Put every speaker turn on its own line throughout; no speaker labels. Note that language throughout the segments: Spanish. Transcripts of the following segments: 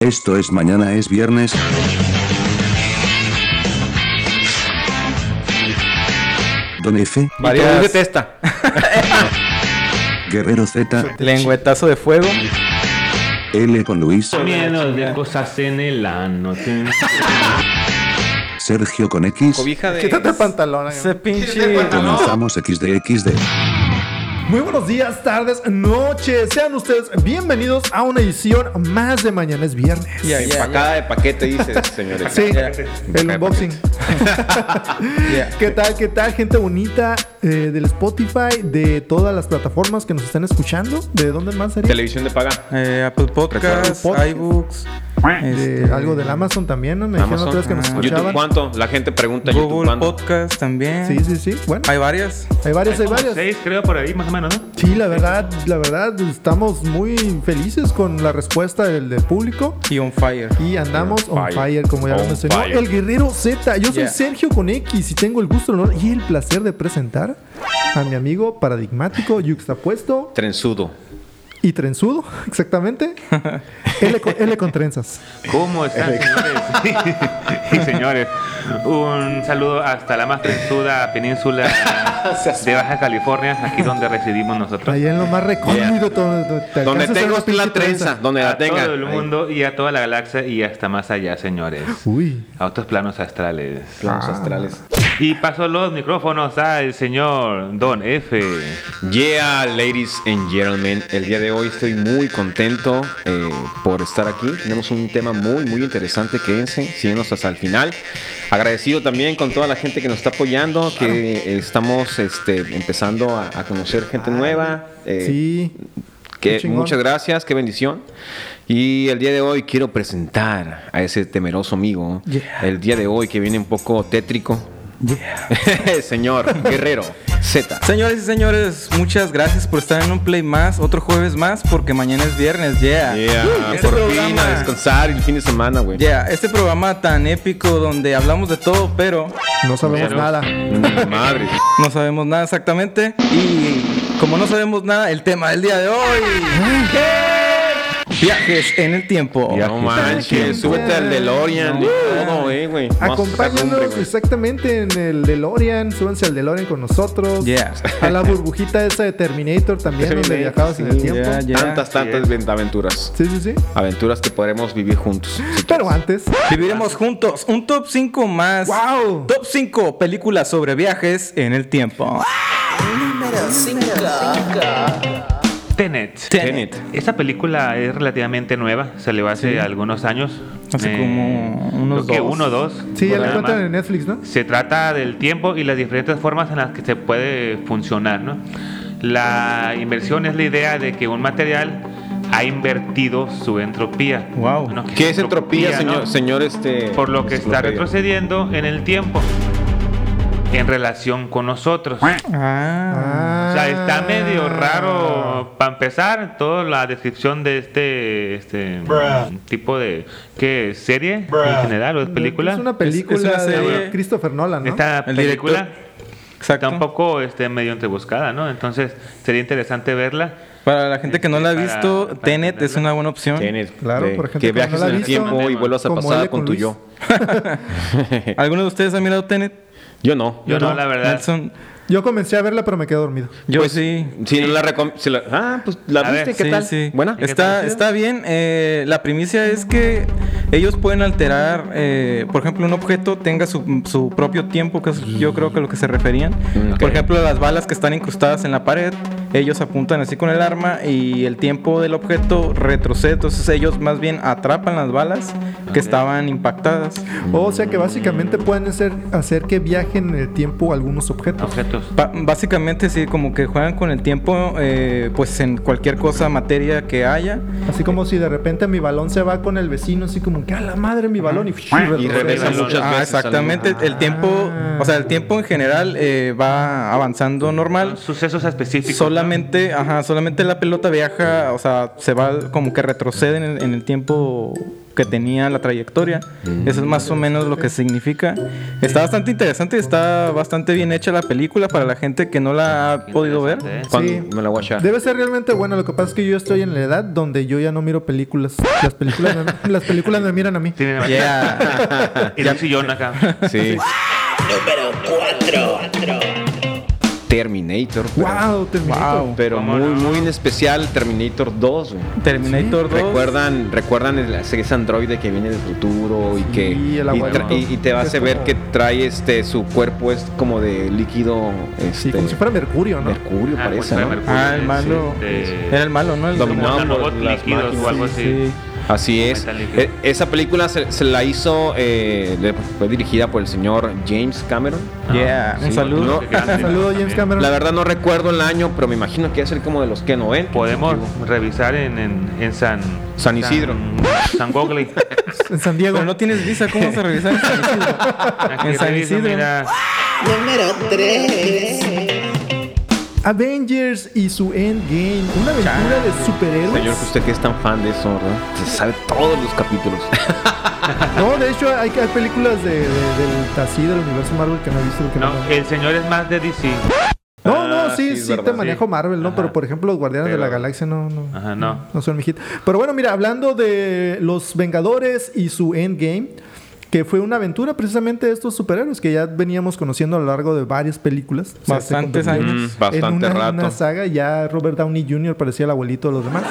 Esto es mañana es viernes. Don F.
Variedades de testa.
Guerrero Z.
Lengüetazo de fuego.
L con Luis.
Llenos de cosas en el ano.
Sergio con X.
Cobija de.
Quítate el pantalón.
Ese
Quítate el
pinche.
pantalón.
Comenzamos XDXD.
Muy buenos días, tardes, noches. Sean ustedes bienvenidos a una edición más de Mañana es Viernes.
Ya,
ya,
Empacada de paquete, dices, señores.
Sí,
Ya.
el unboxing.
Ya.
¿Qué tal, qué tal, gente bonita eh, del Spotify, de todas las plataformas que nos están escuchando? ¿De dónde más sería?
Televisión de paga.
Eh, Apple Podcasts,
Podcast.
iBooks.
De
este,
algo del Amazon también, ¿no? Me dijeron
Amazon,
otra vez que nos
ah.
YouTube,
escuchaban.
¿cuánto? La gente pregunta en YouTube,
Google
¿cuánto?
Podcast también.
Sí, sí, sí. Bueno,
Hay varias.
hay varios, hay varios.
Seis, creo, por ahí, más o menos, ¿no?
Sí, la verdad, la verdad, estamos muy felices con la respuesta del, del público.
Y On Fire.
Y andamos on
Fire.
fire, como ya lo
On
mencionó
fire.
el guerrero Z. Yo soy
Yeah.
Sergio con X y tengo el gusto el honor y el placer de presentar a mi amigo paradigmático, yuxtapuesto
Trenzudo.
y trenzudo, exactamente. L con, L con trenzas.
¿Cómo están, señores? y Eh, señores, un saludo hasta la más trenzuda península de Baja California, aquí donde residimos nosotros.
Allá en lo más recóndito. Donde, te
Donde
alcanzas a
tengo
una
la
pinche
trenza, donde la
a
tenga.
todo el
Ahí.
mundo y a toda la galaxia y hasta más allá, señores.
Uy.
A otros planos astrales.
Planos astrales.
Y paso los micrófonos al señor Don F.
Yeah, ladies and gentlemen, el día de hoy estoy muy contento eh, por estar aquí. Tenemos un tema muy, muy interesante. Quédense, síguenos hasta el final. Agradecido también con toda la gente que nos está apoyando, que eh, estamos este, empezando a, a conocer gente nueva. eh,
Ah, Sí.
que-
Qué chingón.
muchas gracias, qué bendición. Y el día de hoy quiero presentar a ese temeroso amigo,
Yeah.
el día de hoy que viene un poco tétrico, el señor Guerrero Z.
Señores y señores, muchas gracias por estar en un play más, otro jueves más, porque mañana es viernes, yeah.
Yeah,
Este
por fin
programa.
a descansar el fin de semana, güey.
Yeah, este programa tan épico donde hablamos de todo, pero
No sabemos
Pero-
nada.
Mm, Madre.
no sabemos nada exactamente. Y como no sabemos nada, el tema del día de hoy. Viajes en el tiempo.
No manches, súbete al DeLorean. No, eh, güey. Vamos a sacar cumbre,
Acompáñenos
güey.
exactamente en el DeLorean. Súbanse al DeLorean con nosotros.
Yeah.
A la burbujita esa de Terminator también, donde
Terminator,
viajabas en el
sí,
tiempo.
yeah, yeah.
Tantas, tantas aventuras.
Sí, sí, sí.
Aventuras que podremos vivir juntos.
Pero antes.
Viviremos juntos un top 5 más.
¡Wow!
Top 5 películas sobre viajes en el tiempo.
Tenet.
Tenet.
Esa película es relativamente nueva, se le va hace algunos años. Eh,
Hace como unos
creo que
dos.
uno o dos.
Sí, ya
por
la
ahí
encuentran
más.
en Netflix, ¿no?
Se trata del tiempo y las diferentes formas en las que se puede funcionar. ¿no? La inversión es la idea de que un material ha invertido su entropía.
Wow.
Bueno, que
¿Qué es entropía,
¿no?
señor, señor este?
Por lo que está
enciclopedia?
retrocediendo en el tiempo en relación con nosotros.
Ah.
O sea, está medio raro. Para empezar, toda la descripción de este, este tipo de ¿qué, serie en general o de película.
Es una película
Es- es una
de
serie.
Christopher Nolan, ¿no?
Esta
El
película
director. Exacto.
está un poco este, medio entrebuscada, ¿no? Entonces sería interesante verla.
Para la gente que no la ha
Para-
visto,
para
Tenet es
entenderla.
una buena opción.
Tenet,
Claro,
de
por
este,
ejemplo,
Que
como
viajes
no la
en el
viste,
tiempo
como-
y vuelvas a
como
pasar
L
con
con
tu
Luis.
yo.
¿Alguno de ustedes han mirado Tenet?
Yo no.
Yo no, la verdad.
Nelson.
Yo comencé a verla, pero me quedé dormido.
Yo
Pues,
sí.
Si no la recom- si la- Ah, pues la
A ver,
viste, ¿qué
Sí,
tal?
sí.
Buena.
qué
Está,
tal?
está bien. eh, la primicia es que ellos pueden alterar, eh, por ejemplo, un objeto tenga su, su propio tiempo, que es yo creo que a lo que se referían.
Mm,
Por ejemplo, las balas que están incrustadas en la pared, ellos apuntan así con el arma y el tiempo del objeto retrocede. Entonces ellos más bien atrapan las balas que estaban impactadas.
O sea que básicamente pueden hacer, hacer que viajen en el tiempo algunos objetos.
Objetos.
Ba- básicamente sí, como que juegan con el tiempo, eh, pues en cualquier cosa, materia que haya.
Así como si de repente mi balón se va con el vecino, así como que a la madre mi balón y,
Y regresa
Regresa.
muchas
Ah,
veces.
exactamente. El tiempo, o sea, el tiempo en general eh, va avanzando normal.
Sucesos específicos. ¿no?
Solamente, ajá, solamente la pelota viaja, o sea, se va como que retrocede en el, en el tiempo que tenía la trayectoria.
Mm.
Eso es más o menos lo que significa. Está bastante interesante, está bastante bien hecha la película para la gente que no la ha podido ver.
Interesante, ¿eh?
¿Cuándo
Sí.
me la voy a echar?
Debe ser realmente bueno. Lo que pasa es que yo estoy en la edad donde yo ya no miro películas. Las películas, me- las películas me miran a mí.
Tiene la-
Yeah.
Y un sillón acá. Ah,
Sí. Número 4. Terminator. pero-
Wow, Terminator.
Wow.
Pero
¿Cómo
muy,
no?
muy en especial Terminator 2. güey.
Terminator 2.
¿Recuerdan, recuerdan el- ese androide que viene del futuro y que
el
y,
abuelito.
tra- y- y te
Que
vas a
es
ver
como-
que trae este su cuerpo es como de líquido
Sí,
este,
como si fuera Mercurio, ¿no?
mercurio
Ah,
parece
como
¿no?
si fuera
Ah, el malo.
Este-
Era el malo, ¿no? El
Dominado
Como
por
robots
las
líquidos o
máquinas.
algo así.
Sí,
Así es.
Metal líquido.
E- esa película se, se la hizo eh, le- fue dirigida por el señor James Cameron.
Ah,
Yeah, un
sí,
saludo.
no, qué grande,
Un Ah, saludo, James
También.
Cameron.
La verdad no recuerdo el año, pero me imagino que es el como de los que 90.
Podemos revisar en, en, en San...
San Isidro.
San, San Gogli.
En San Diego.
Pero no tienes visa, ¿cómo vas a revisar? en San Isidro?
Aquí
En San
reviso,
Isidro.
mira,
Número 3.
Avengers y su Endgame. Una aventura de superhéroes.
Señor, que usted que es tan fan de eso, ¿verdad? Se sabe todos los capítulos.
No, de hecho, hay, hay películas de, de- del, así, del universo Marvel que no he visto. Que no,
No, eh, el señor es más de DC.
no, no,
Ah, sí,
sí,
es
sí,
verdad,
te
sí.
manejo Marvel, ¿no?
Ajá.
Pero por ejemplo, los Guardianes de la
Pero-
Galaxia no, no,
Ajá, no.
no son mi hit. Pero bueno, mira, hablando de los Vengadores y su Endgame, que fue una aventura precisamente de estos superhéroes que ya veníamos conociendo a lo largo de varias películas. O sea, se
Bastantes
convirtió
años.
Mm, bastante
en una, en
rato.
una saga ya Robert Downey Jr. parecía el abuelito de los demás.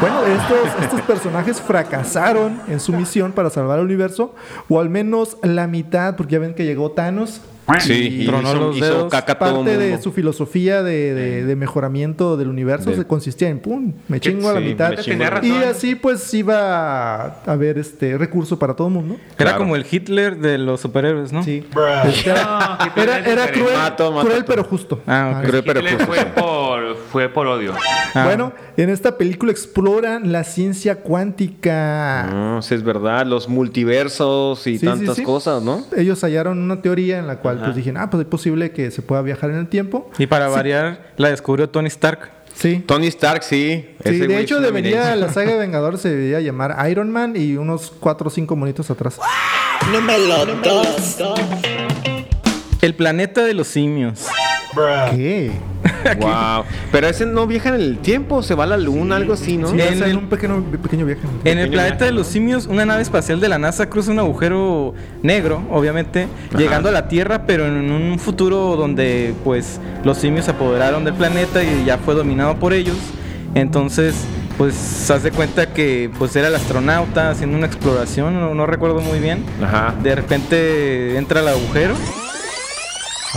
Bueno, estos, estos personajes fracasaron en su misión para salvar el universo, o al menos la mitad, porque ya ven que llegó Thanos.
Sí, y
Tronó los dedos,
caca todo
Parte de
mundo.
su filosofía de, de- de mejoramiento del universo
De-
se consistía en pum, me
Que-
chingo a la
sí,
mitad.
me chingo
Tenía
la-
razón.
Y así pues iba a haber este recurso para todo el mundo.
Era
Claro.
como el Hitler de los superhéroes, ¿no?
Sí. Era,
No,
era- era
diferente.
cruel,
Mato, mato.
cruel pero justo.
Ah, ok.
Creo, pero pues,
Hitler
justo.
fue por, fue por odio.
Ah.
Bueno, en esta película exploran la ciencia cuántica.
No, Ah, sí, es verdad, los multiversos y
Sí, sí,
tantas
sí.
cosas, ¿no?
Ellos hallaron una teoría en la cual pues dijeron, ah, pues es posible que se pueda viajar en el tiempo.
Y para variar, la descubrió Tony Stark.
Sí.
Tony Stark, sí.
Sí,
ese
de
güey
hecho
es una
debería,
eminencia.
la saga de Vengador se debería llamar Iron Man y unos 4 o 5 monitos atrás.
Número 2.
El planeta de los simios.
¿Qué?
Wow. Pero ese no viaja en el tiempo, se va a la luna, algo así, ¿no?
Sí,
En
hacen
el-
un pequeño, pequeño viaje.
En el planeta de los simios, una nave espacial de la NASA cruza un agujero negro, obviamente, llegando a la Tierra, pero en un futuro donde pues los simios se apoderaron del planeta y ya fue dominado por ellos. Entonces, pues se hace cuenta que pues era el astronauta haciendo una exploración, no, no recuerdo muy bien.
Ajá.
De repente entra al agujero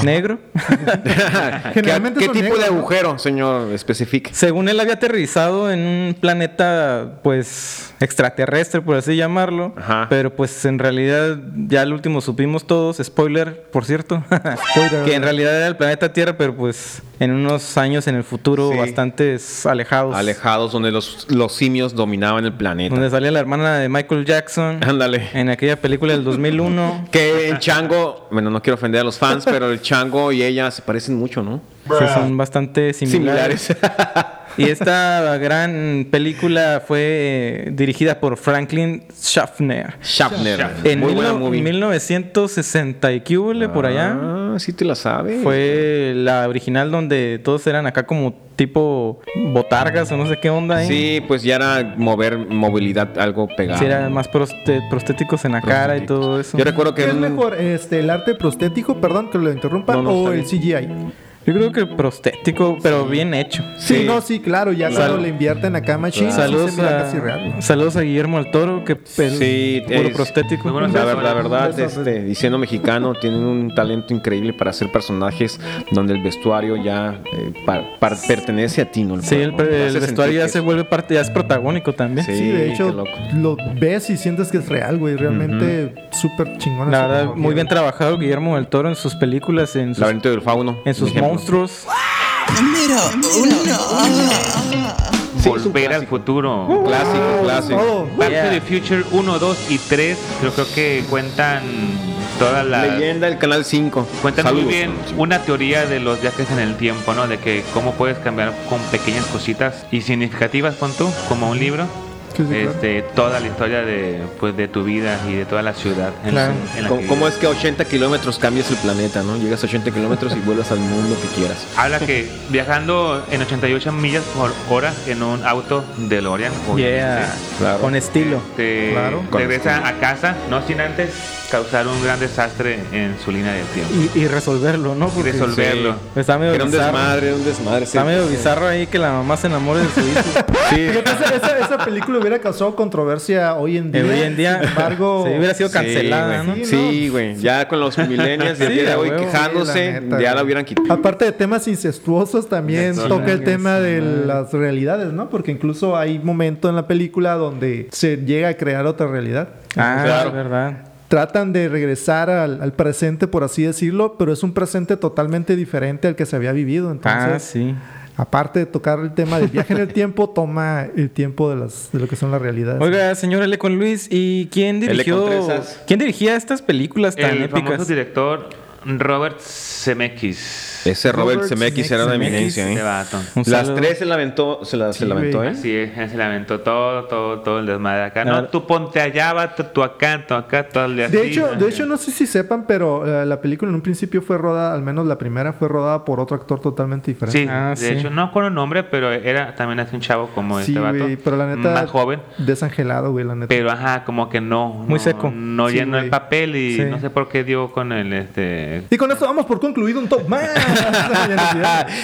negro.
¿Qué,
Generalmente
qué
son
tipo de
negros, ¿no?
agujero, señor? Especifique.
Según él había aterrizado en un planeta, pues, extraterrestre, por así llamarlo.
Ajá.
Pero pues en realidad, ya al último supimos todos, spoiler, por cierto,
Spoiler.
que en realidad era el planeta Tierra, pero pues en unos años en el futuro
Sí.
bastantes alejados.
Alejados donde los, los simios dominaban el planeta.
Donde salía la hermana de Michael Jackson.
Ándale.
En aquella película del 2001.
Que el chango, bueno, no quiero ofender a los fans, pero el chango y ella se parecen mucho, ¿no?
que son bastante similares.
Similares.
Y esta gran película fue eh, dirigida por Franklin Schaffner.
Schaffner.
En
Muy
mil
buena
no-
movie.
1960 y qué huele por allá.
Ah, sí te la sabes.
Fue la original donde todos eran acá como tipo botargas o no sé qué onda ahí.
Sí, pues ya era mover movilidad algo pegado.
Sí, eran más proste- prostéticos en la cara y todo eso.
Yo recuerdo que
¿Qué es
en-
mejor, este, el arte prostético, perdón que lo interrumpa,
No, no,
o
está
el CGI?
Yo creo que prostético, pero bien hecho.
Sí,
Sí.
no, sí, claro, ya
Claro.
cuando le invierten acá Machine, sí
Saludos,
se mira
a,
casi real.
saludos a Guillermo del Toro, que pel-
Sí,
puro
es-
prostético.
muy buenas
La, ver- la
Un
verdad,
beso.
este, diciendo mexicano, tienen un talento increíble para hacer personajes donde el vestuario ya eh, par- par- pertenece a ti, ¿no?
Sí, el,
cuerpo, ¿no?
el
Hace
vestuario ya se
sentir
vuelve parte, ya es protagónico también.
Sí.
Sí, de hecho,
qué loco.
lo ves y sientes que es real, güey. Realmente súper chingón.
La verdad, muy bien trabajado Guillermo del Toro en sus películas, en
que El
sus,
laberinto del fauno.
en sus
por ejemplo.
monstruos.
Número 1.
Sí, es un Uh,
Volver al futuro.
Clásico, clásico.
Todo.
Back
Yeah.
to the Future 1, 2 y 3. Yo creo que cuentan todas las...
Leyenda del canal 5.
Cuentan
Saludos.
muy bien una teoría de los viajes en el tiempo, ¿no? De que cómo puedes cambiar con pequeñas cositas y significativas, pon tú, como un libro.
Sí, sí, claro.
este, toda la historia de, pues, de tu vida y de toda la ciudad. en
Claro.
la- en la
¿Cómo,
que
cómo
vives.
es que a 80 kilómetros cambias el planeta, no? Llegas a 80 kilómetros y vuelves al mundo que quieras.
Habla que viajando en 88 millas por hora en un auto de Lorian,
Yeah.
Claro.
Con estilo.
Claro.
regresa a casa, no sin antes causar un gran desastre en su línea de tiempo.
Y, y resolverlo, ¿no?
Y
Porque
resolverlo.
Está medio
Era un
bizarro.
desmadre, un desmadre. sí.
Está medio bizarro ahí que la mamá se enamore de su hijo.
Sí.
Fíjate, esa, esa- esa película hubiera causado controversia hoy en
Eh,
día.
Hoy en día,
Sin embargo,
sí, hubiera sido cancelada,
güey.
¿no?
Sí, güey. Ya con los millennials del
Sí,
día de
a
hoy
huevo,
quejándose,
sí, la neta,
ya la
güey.
hubieran quitado.
Aparte de temas incestuosos, también
Incestuosos.
toca el tema de las realidades, ¿no? Porque incluso hay momento en la película donde se llega a crear otra realidad.
Ah,
Claro.
es verdad.
Tratan de regresar al, al presente, por así decirlo, pero es un presente totalmente diferente al que se había vivido. Entonces,
ah, sí.
aparte de tocar el tema del viaje en el tiempo, toma el tiempo de, las, de lo que son las realidades.
Oiga, señor L. con Luis, ¿y quién
L.
dirigió?
Contreras.
¿Quién dirigía estas películas tan
El famoso
épicas?
director Robert Zemeckis.
Ese Robert
Robert
Zemeckis era una
Zemeckis.
eminencia,
Este
¿eh?
vato.
Un
Las
saludo.
tres se la aventó, se la, se
Sí,
la aventó,
güey.
¿eh?
Así es, se lamentó todo, todo, todo el desmadre acá. No,
Claro.
tú ponte allá, va tú acá, tú acá, todo el día
De
así,
hecho,
¿no?
de hecho, no sé si sepan, pero eh, la película en un principio fue rodada, al menos la primera fue rodada por otro actor totalmente diferente.
Sí,
Ah,
de
sí.
hecho, no con el nombre, pero era también así un chavo como
Sí,
este vato.
güey, pero la neta.
Más joven.
Desangelado, güey, la neta.
Pero ajá, como que no.
Muy
no-
seco.
No
Sí,
llenó
güey.
el papel y
Sí.
no sé por qué dio con el este.
Y con esto vamos por concluido un top más.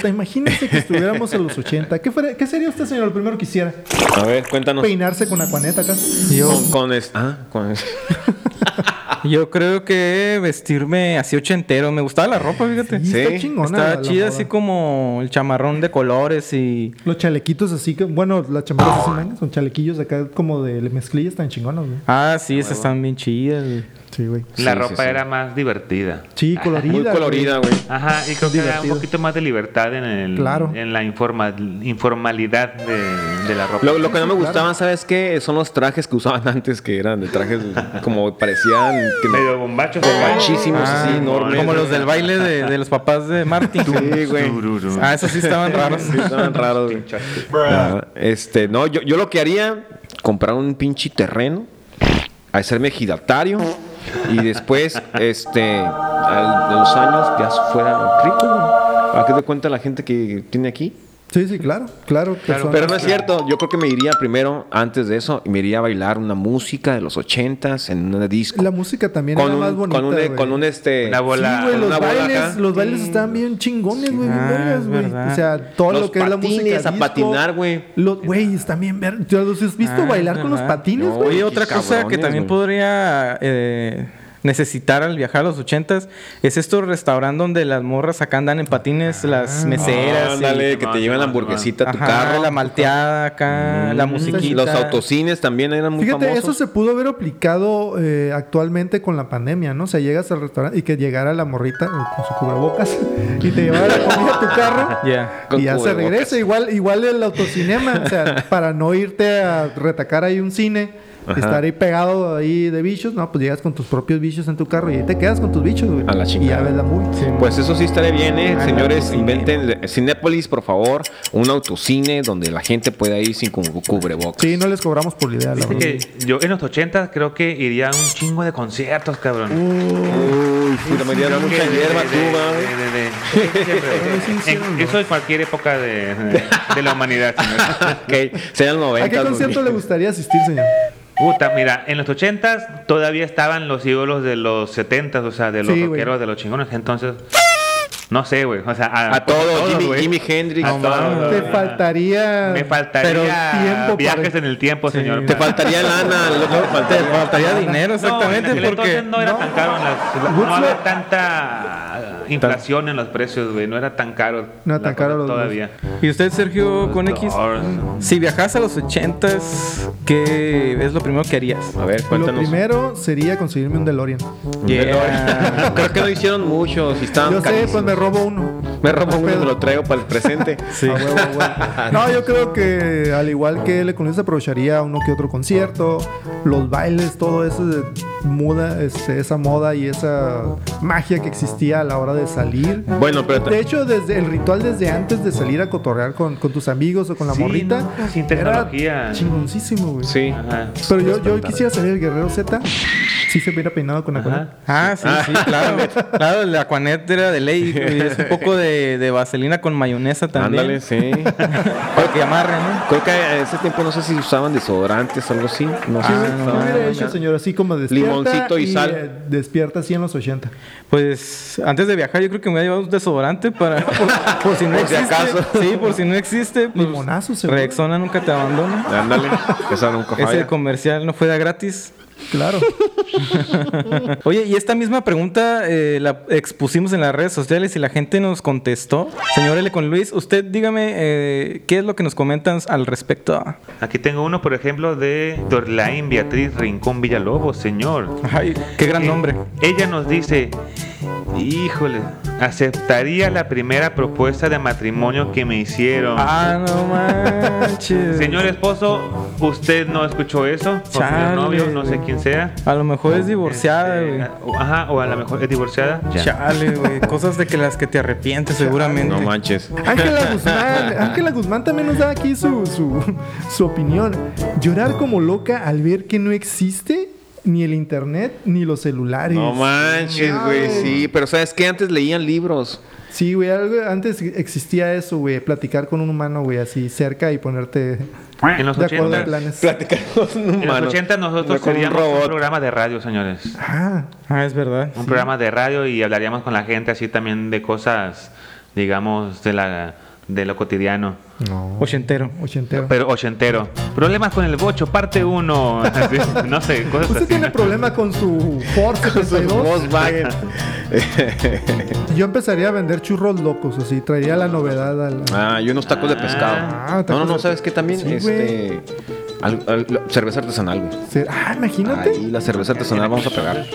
Imagínense que estuviéramos en los 80. ¿Qué, fuera- qué sería usted, señor, lo primero que hiciera?
A ver, cuéntanos.
Peinarse con Aquaneta acá.
Con, con es- ah, con es-
Yo creo que vestirme así ochentero. Me gustaba la ropa, fíjate.
Y
Sí,
está chingona. la-
Estaba
la
chida,
moda.
así como el chamarrón de colores y.
Los chalequitos así que, bueno, las chamarras así mangas son chalequillos acá como de mezclillas tan chingonas, güey.
Ah, sí, esas están bien chidas. güey.
Sí, güey.
La
Sí, sí,
ropa
sí.
era más divertida.
Sí, colorida.
Muy
güey.
colorida, güey.
Ajá, y creo que era un
Divertido.
poquito más de libertad en el,
Claro.
en la informa- informalidad de, de la ropa.
Lo, lo que no me gustaban, ¿sabes qué? Son los trajes que usaban antes, que eran de trajes como parecían que
medio bombacho,
Bombachísimos,
Ah,
así, enormes.
como los del baile de, de los papás de Martin.
Sí, güey.
Tururú.
Ah, esos sí estaban raros.
Sí, estaban raros, güey. Ah, Este, no, yo, yo lo que haría, comprar un pinche terreno, hacerme ejidatario y después, este, al- de los años ya fuera rico, güey. ¿A qué te cuenta la gente que tiene aquí?
Sí, sí, claro, claro.
Claro,
Pero no es cierto, yo creo que me iría primero, antes de eso, y me iría a bailar una música de los ochentas en una disco.
La música también
con
era más
un,
bonita,
con un,
güey.
con un, este,
Una bola.
Sí, güey,
con
los
una bola
bailes,
acá.
los bailes están bien chingones, güey, bien
Ah,
vergas,
es
güey.
verdad.
O sea, todo
Los
lo que es la
patines,
música
a
disco,
patinar, güey.
Los güey, están bien vergas. ¿Tú ¿Los has visto
Ah,
bailar con los
¿verdad?
patines,
No,
güey?
Oye,
Oye,
otra
qué
cosa que
cabrones,
también
güey.
podría eh, necesitar al viajar a los ochentas es estos restaurantes donde las morras acá andan en patines, las meseras. y-
Ah, Ándale, que
no,
te llevan la
no,
hamburguesita a tu
Ajá,
carro. Mm,
la malteada acá, la musiquita.
Los autocines también eran muy
Mm, Fíjate,
famosos.
eso se pudo haber aplicado eh, actualmente con la pandemia, ¿no? O sea, llegas al restaurante y que llegara la morrita eh, con su cubrebocas y te llevara la comida a tu carro.
Ah,
Ya.
Con
y ya se
cubrebocas.
regresa, igual, igual el autocinema, o sea, para no irte a retacar ahí un cine, estar ahí pegado ahí de bichos, no, pues llegas con tus propios bichos en tu carro y ahí te quedas con tus bichos, güey.
A la
Y ya
chingada.
ves la movie.
Pues eso sí estaría bien, eh.
la
Señores,
autocine.
inventen Cinépolis, por favor, un autocine donde la gente pueda ir sin cu- cubrebocas.
Sí, no les cobramos por la idea, la
Fíjate
verdad.
que yo en los 80 creo que iría a un chingo de conciertos, cabrón.
Uy, puta, me dieron mucha hierba,
de- de-
tú, va,
de-
güey.
de- de- de-
sí, sí,
en-
no.
Eso es cualquier época de, de- de la humanidad, señor.
Ok, sean
¿A
90.
qué concierto le gustaría asistir, señor?
Puta, mira, en los 80 todavía estaban los ídolos de los 70 o sea, de los
Sí, güey.
rockeros, de los chingones. Entonces, no sé, güey. O sea, pues,
A todo, Jimi,
güey.
Jimi Hendrix.
A todos,
Te
güey.
faltaría.
Ah. Me faltaría
pero tiempo
viajes
para-
en el tiempo, señor.
Te faltaría lana, lo que te
Te
faltaría.
faltaría dinero, exactamente,
no, en aquel
porque.
entonces no era tan caro en las, no
Woodstock-
había tanta inflación en los precios, güey, no era tan caro.
No era
la
tan caro
cosa
los-
todavía.
¿Y usted, Sergio, con X? Si viajas a los ochentas, ¿qué es lo primero que harías?
A ver,
Lo
cuéntanos.
primero sería conseguirme un DeLorean.
Yeah.
Creo que no hicieron muchos y estaban
Yo sé, pues
carísimos.
me robo uno.
Me robo uno y me
Pero-
lo traigo para el presente.
Sí. No, yo creo que al igual que Le Conoce aprovecharía uno que otro concierto, los bailes, todo eso de muda, este, esa moda y esa magia que existía a la hora de salir.
Bueno, pero
De hecho, desde el ritual desde antes de salir a cotorrear con, con tus amigos o con la
Sí,
morrita,
no, sin
era
tecnología.
chingoncísimo, güey.
sí.
Ajá.
Pero yo, yo quisiera salir el guerrero Z, si se hubiera peinado con la
Ajá.
cola.
Ah, sí, sí, claro. claro, el Aquanet era de ley. güey, Es un poco de, de vaselina con mayonesa también.
Ándale, sí.
Para que amarre, ¿no?
Creo que a ese tiempo no sé si usaban desodorantes o algo así. Ah, No
¿Qué
sé.
hubiera-
si
qué
usaban.
hubiera hecho, señor? Así como despierta.
Limoncito y sal.
eh, despierta así en los 80.
Pues antes de viajar, yo creo que me voy a llevar un desodorante para. Por, por si no
Por si
existe.
acaso.
Sí, por si no existe. Pues,
Limonazo, seguro.
Rexona nunca te abandona.
Ándale, esa nunca
Ese
falla.
comercial no fue de gratis.
Claro.
Oye, y esta misma pregunta eh, la expusimos en las redes sociales y la gente nos contestó. Señor L. con Luis, usted dígame eh, qué es lo que nos comentan al respecto.
Aquí tengo uno, por ejemplo, de Dorlain Beatriz Rincón Villalobos, señor.
Ay, qué gran
Eh,
nombre.
Ella nos dice, híjole, aceptaría la primera propuesta de matrimonio que me hicieron.
Ah, no manches.
Señor esposo, usted no escuchó eso, o señor
Chale,
novio, no sé
güey.
quién sea.
A lo mejor es divorciada,
Este,
güey.
o- Ajá, o a lo mejor es divorciada.
Chale, güey. Cosas de que las que te arrepientes, seguramente.
No manches.
Ángela Guzmán, Ángela Guzmán también nos da aquí su, su, su opinión. Llorar como loca al ver que no existe ni el internet ni los celulares.
No manches, güey,
Ay.
sí. Pero ¿sabes qué? Antes leían libros.
Sí, güey, algo, antes existía eso, güey, platicar con un humano, güey, así cerca y ponerte
En los
de acuerdo a
80,
planes.
Platicar con un
en los
humano.
80 nosotros
Con un
seríamos un
robot.
programa de radio, señores.
Ah,
Ah, es verdad.
un programa de radio y hablaríamos con la gente así también de cosas, digamos, de la de lo cotidiano,
no.
Ochentero.
Ochentero.
pero ochentero. Problemas con el bocho, parte 1. no sé, cosas
Usted
así.
tiene problema con su Ford
Con su
72.
Volkswagen.
Yo empezaría a vender churros locos, así, traería la novedad a la...
Ah, y unos tacos de pescado.
Ah,
no, no,
tacos
no,
de-
¿sabes qué también?
Sí, güey.
este. al- al- cerveza artesanal, güey.
Se- Ah, imagínate.
Ahí la cerveza artesanal vamos a pegar.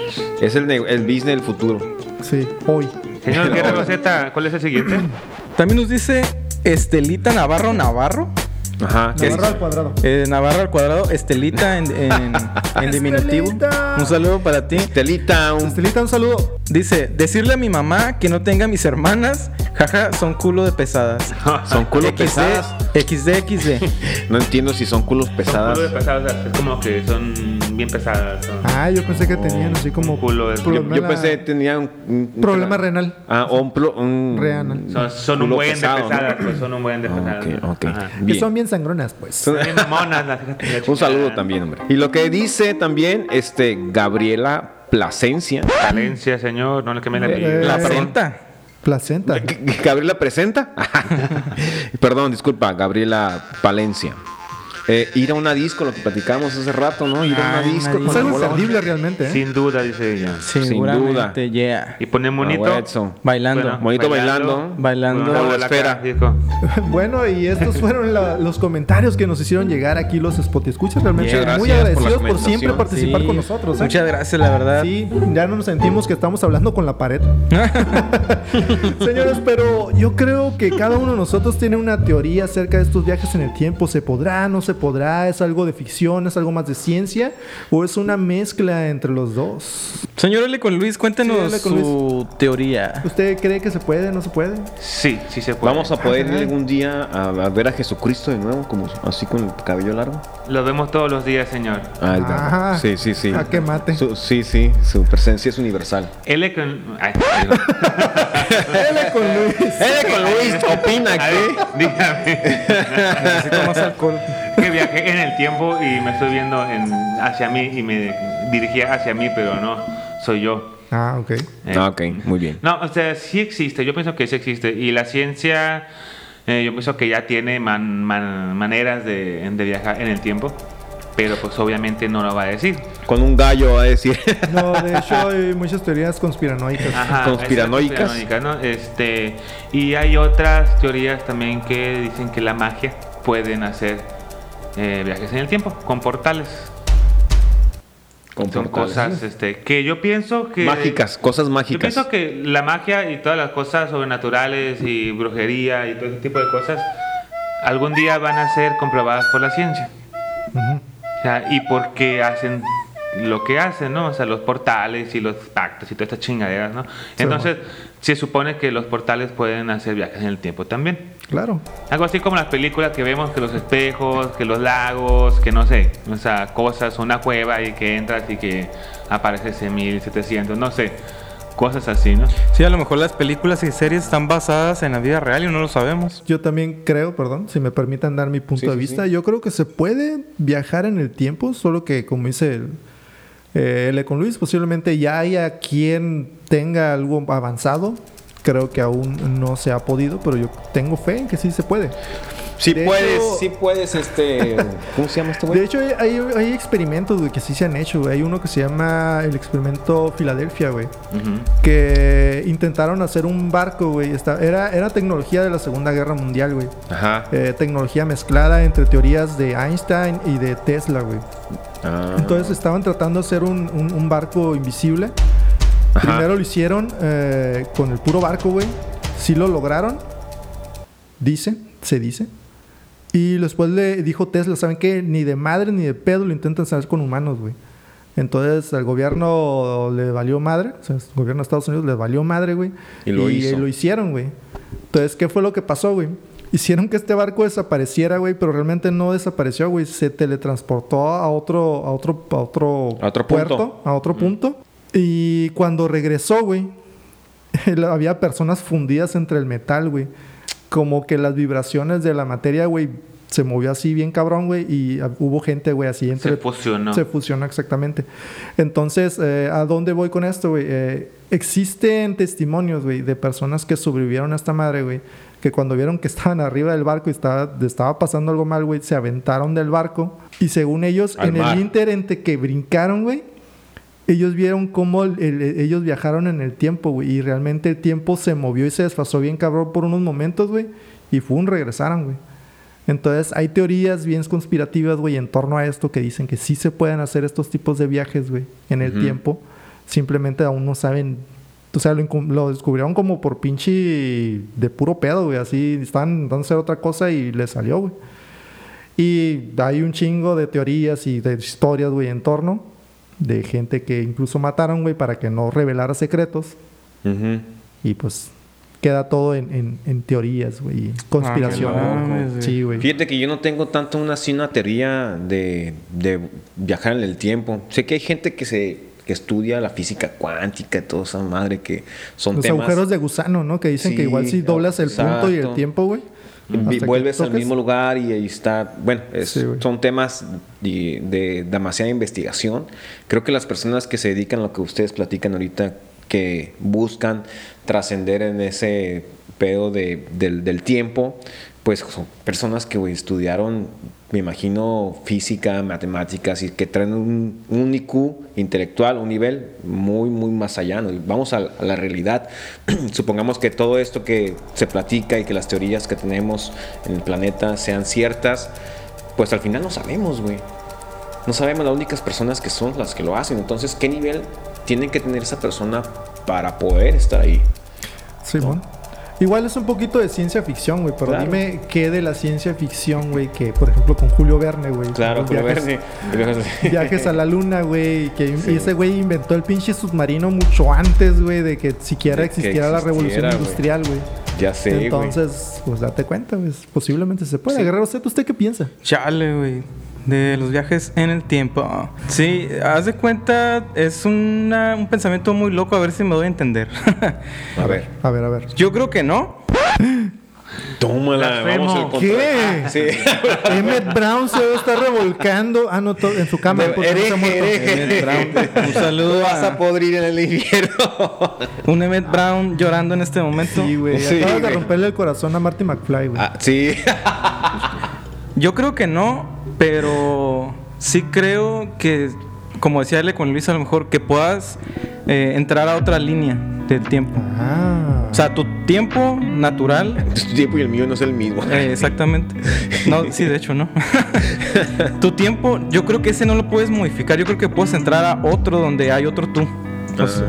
Es el, ne- el business del futuro.
Sí, hoy.
Señor Guerra
No.
Roseta, ¿cuál es el siguiente?
También nos dice Estelita Navarro Navarro.
Ajá. que-
Navarra al cuadrado.
Eh, Navarro al cuadrado, Estelita en, en- en diminutivo.
Estelita.
Un saludo para ti.
Telita, un
Estelita, un saludo.
Dice, decirle a mi mamá que no tenga mis hermanas, jaja, son culo de pesadas.
Son culos
E.
pesadas.
XD, XD.
No entiendo si son culos
Son
pesadas.
culo de pesadas, o sea, es como que son bien pesadas. son-
Ah, yo pensé que
Oh,
tenían así como...
Un culo de-
Yo,
problema-
yo pensé que tenía un, un- un-
Problema renal.
Ah, un, plo- un
Renal.
Son, son un
Culo
buen
pesado,
de
¿no?
pesadas, pues, son un buen de
Ah,
pesadas.
Ok, ok.
Ajá.
Bien.
Que son bien sangronas, pues.
Son bien monas las hijas de la
Un
chingada.
saludo también, hombre. Y lo que dice también, este, Gabriela Plasencia.
Valencia, señor, no le quemé la apellido.
Eh,
La
eh,
presenta.
Placenta.
Gabriela presenta. Perdón, disculpa, Gabriela Palencia. Eh, ir a una disco, lo que platicamos hace rato, ¿no? Ir a una
Ah, una
disco.
disco.
Es
con la
algo
bola.
imperdible realmente, ¿eh?
Sin duda, dice ella.
duda.
Seguramente, yeah.
Y pone monito.
Ah, Edson.
Bailando.
Monito bailando.
Bailando.
Con una
Como
bola
esfera.
acá, disco.
Bueno, y estos fueron la- los comentarios que nos hicieron llegar aquí los spot escuchas. Realmente
Muchas gracias por
muy
la
agradecidos por, siempre
comentación.
participar
Sí.
con nosotros. ¿eh?
Muchas gracias, la verdad.
Sí, ya no nos sentimos que estamos hablando con la pared. Señores, pero yo creo que cada uno de nosotros tiene una teoría acerca de estos viajes en el tiempo. ¿Se podrá? ¿No se podrá? ¿Es algo de ficción? ¿Es algo más de ciencia? ¿O es una mezcla entre los dos?
Señor L. con Luis, cuéntenos
Sí, L. con
su teoría.
¿Usted cree que se puede? ¿No se puede?
Sí, sí se puede.
Vamos a poder ir algún día a, a ver a Jesucristo de nuevo, como así con el cabello largo.
Lo vemos todos los días, señor.
Ah, el
Ah,
sí, sí, sí.
a que mate.
Su- sí, sí, su presencia es universal.
L con. Ay, perdón.
L con Luis.
¡Eh, con Luis! ¿Opina
A ver, dígame.
Necesito más alcohol.
que viajé en el tiempo y me estoy viendo en- hacia mí y me dirigía hacia mí, pero no, soy yo.
Ah, ok.
Eh,
Ah, ok, muy bien.
No, o sea, sí existe, yo pienso que sí existe. Y la ciencia, eh, yo pienso que ya tiene man- man- maneras de, de viajar en el tiempo, pero pues obviamente no lo va a decir.
Con un gallo va a decir.
No, de hecho hay muchas teorías conspiranoicas.
Ajá,
Conspiranoicas.
esas conspiranoicas, ¿no? Este, y hay otras teorías también que dicen que la magia pueden hacer eh, viajes en el tiempo, con portales.
Con
Son
portales.
cosas este, que yo pienso que...
mágicas, cosas
Yo
mágicas.
pienso que la magia y todas las cosas sobrenaturales y brujería y todo ese tipo de cosas algún día van a ser comprobadas por la ciencia. O sea, y porque hacen lo que hacen, ¿no? O sea, los portales y los pactos y todas estas chingaderas, ¿no? Entonces, se supone que los portales pueden hacer viajes en el tiempo también.
Claro.
Algo así como las películas que vemos que los espejos, que los lagos, que no sé, o sea, cosas, una cueva y que entras y que apareces en 1700, no sé, cosas así, ¿no?
Sí, a lo mejor las películas y series están basadas en la vida real y no lo sabemos.
Yo también creo, perdón, si me permiten dar mi punto
Sí,
de
sí,
vista, yo creo que se puede viajar en el tiempo, solo que como dice el, eh, L con Luis, posiblemente ya haya quien tenga algo avanzado. Creo que aún no se ha podido, pero yo tengo fe en que sí se puede.
Si
De
puedes,
hecho-
si puedes, este. ¿Cómo se llama este
De
güey?
hecho, hay, hay- hay experimentos güey, que sí se han hecho. güey. Hay uno que se llama el experimento Filadelfia, güey. Que intentaron hacer un barco, güey. Esta- Era, era tecnología de la Segunda Guerra Mundial, güey.
Ajá.
eh, tecnología mezclada entre teorías de Einstein y de Tesla, güey.
Ah.
Entonces estaban tratando de hacer un, un- un barco invisible.
Ajá.
Primero lo hicieron eh, con el puro barco, güey. Sí lo lograron. Dice, se dice. Y después le dijo Tesla, ¿saben qué? Ni de madre ni de pedo lo intentan hacer con humanos, güey. Entonces al gobierno le valió madre, o sea, el gobierno de Estados Unidos le valió madre, güey. eh,
Y lo hizo.
lo hicieron, güey. Entonces, ¿qué fue lo que pasó, güey? Hicieron que este barco desapareciera, güey, pero realmente no desapareció, güey. Se teletransportó a otro, a otro, a otro,
A otro
puerto,
punto. Mm.
a otro punto. Y cuando regresó, güey, había personas fundidas entre el metal, güey. Como que las vibraciones de la materia, güey, se movió así bien cabrón, güey. Y ah, hubo gente, güey, así entre...
Se fusionó.
Se fusionó exactamente. Entonces, eh, ¿a dónde voy con esto, güey? Eh, existen testimonios, güey, de personas que sobrevivieron a esta madre, güey, que cuando vieron que estaban arriba del barco y estaba, estaba pasando algo mal, güey, se aventaron del barco y según ellos,
Al
en
mar.
el inter entre que brincaron, güey, ellos vieron cómo el- el- ellos viajaron en el tiempo, güey, y realmente el tiempo se movió y se desfasó bien cabrón por unos momentos, güey, y fue un regresaron, güey. Entonces, hay teorías bien conspirativas, güey, en torno a esto que dicen que sí se pueden hacer estos tipos de viajes, güey, en el tiempo. Simplemente aún no saben. O sea, lo, incu- lo descubrieron como por pinche de puro pedo, güey. Así estaban intentando hacer otra cosa y les salió, güey. Y hay un chingo de teorías y de historias, güey, en torno de gente que incluso mataron, güey, para que no revelara secretos.
Ujú.
Y pues queda todo en, en- en teorías, güey, y conspiración.
mames, güey.
sí, güey.
Fíjate que yo no tengo tanto una, así una teoría de, de viajar en el tiempo. Sé que hay gente que se que estudia la física cuántica y toda esa madre que son
Los
temas
agujeros de gusano, ¿no? Que dicen
Sí,
que igual si doblas el punto y el
exacto.
tiempo, güey.
Vi-
hasta que
vuelves al
toques,
mismo lugar y ahí está. Bueno, es-
Sí, güey.
son temas de, de demasiada investigación. Creo que las personas que se dedican a lo que ustedes platican ahorita, que buscan trascender en ese pedo de- del, del tiempo, pues son personas que güey, estudiaron, me imagino, física, matemáticas y que traen un, un IQ intelectual, un nivel muy, muy más allá. ¿no? Y Vamos a, a la realidad. Supongamos que todo esto que se platica y que las teorías que tenemos en el planeta sean ciertas, pues al final no sabemos, güey. No sabemos las únicas personas que son las que lo hacen. Entonces, ¿qué nivel tienen que tener esa persona para poder estar ahí?
Simón. Igual es un poquito de ciencia ficción, güey, pero
Claro.
dime qué de la ciencia ficción, güey, que por ejemplo con Julio Verne, güey.
Claro,
los
Julio
viajes-
Verne.
Viajes a la luna, güey. que- Y ese güey inventó el pinche submarino mucho antes, güey, de que siquiera
De que
existiera la revolución
existiera, güey.
industrial, güey.
Ya sé, güey.
Entonces, pues date cuenta, güey. Posiblemente se puede.
Sí.
Guerrero Z, ¿usted qué piensa?
Chale, güey. De los viajes en el tiempo. Sí, haz de cuenta, es una- un pensamiento muy loco, a ver si me doy a entender.
A ver.
A ver, a ver.
Yo creo que no.
Tómala, vamos al
Blasfemo.
contra-
¿Qué?
Sí.
Emmett Brown se está revolcando. Ah, no, to- en su cama. porque no se ha muerto.
Hereje, hereje.
Un saludo
Vas a
a
podrir en el infierno.
un Emmett Brown llorando en este momento.
Sí, güey.
Sí,
Acabas de
güey.
romperle el corazón a Marty McFly, güey.
Ah, sí.
Yo creo que no, pero sí creo que, como decía Ale con Luis, a lo mejor que puedas eh, entrar a otra línea del tiempo.
Ah.
O sea, tu tiempo natural
Tu tiempo y el mío no es el mismo.
Eh, exactamente. No, sí, de hecho, no. tu tiempo, yo creo que ese no lo puedes modificar. Yo creo que puedes entrar a otro donde hay otro tú. O sea, Pues,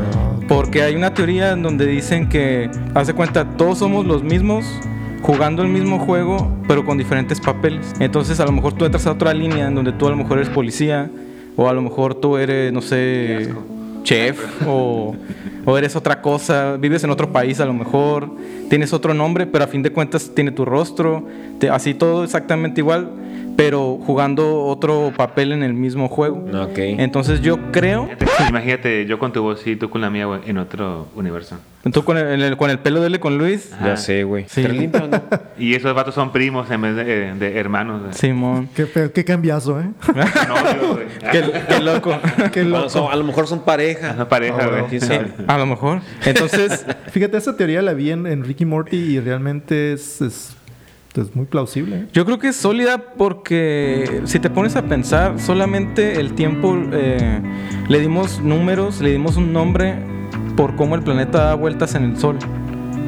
porque hay una teoría en donde dicen que, hace cuenta, todos somos los mismos jugando el mismo juego, pero con diferentes papeles. Entonces, a lo mejor tú entras a otra línea en donde tú a lo mejor eres policía. O a lo mejor tú eres, no sé, chef o, o eres otra cosa, vives en otro país a lo mejor, tienes otro nombre, pero a fin de cuentas tiene tu rostro, te- así todo exactamente igual, pero jugando otro papel en el mismo juego.
Ok.
Entonces yo creo,
Imagínate, imagínate, yo con tu voz y tú con la mía, güey, en otro universo.
tú con el, el- con el pelo de él y con Luis,
Ya sé, güey.
Sí.
¿Está limpio o no?
Y esos vatos son primos en vez de, de hermanos. güey.
Simón.
Qué, feo, qué cambiazo, ¿eh?
No, yo, güey.
Qué, qué loco.
Qué
Bueno,
loco.
son- a lo mejor son pareja.
Son pareja, güey.
¿Quién sabe?
A lo mejor. Entonces,
Fíjate, esa teoría la vi en, en Ricky Morty y realmente es, es, es muy plausible. ¿eh?
Yo creo que es sólida porque si te pones a pensar, solamente el tiempo eh, le dimos números, le dimos un nombre por cómo el planeta da vueltas en el sol.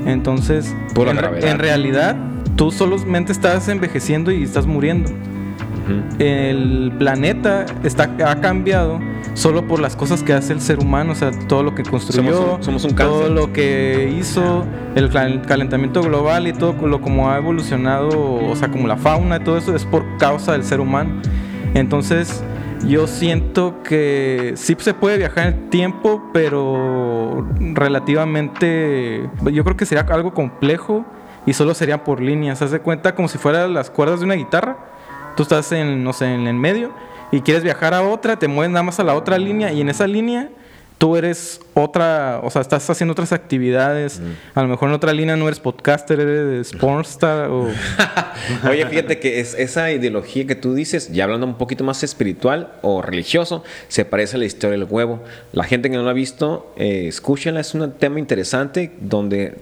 Entonces,
Por la
en, re-
gravedad.
en realidad, tú solamente estás envejeciendo y estás muriendo.
Ujú.
El planeta está, ha cambiado solo por las cosas que hace el ser humano, o sea, todo lo que construyó,
Somos un- somos un
todo
cáncer.
lo que hizo, el cal- calentamiento global y todo lo como ha evolucionado, o sea, como la fauna y todo eso es por causa del ser humano. Entonces, yo siento que sí se puede viajar en el tiempo, pero relativamente, yo creo que sería algo complejo y solo sería por líneas. Haz de cuenta como si fueran las cuerdas de una guitarra. Tú estás en, no sé, en el medio y quieres viajar a otra, te mueves nada más a la otra línea y en esa línea tú eres otra, o sea, estás haciendo otras actividades.
Mm.
A lo mejor en otra línea no eres podcaster, eres pornstar o...
Oye, fíjate que es, esa ideología que tú dices, ya hablando un poquito más espiritual o religioso, se parece a la historia del huevo. La gente que no la ha visto, eh, escúchenla, es un tema interesante donde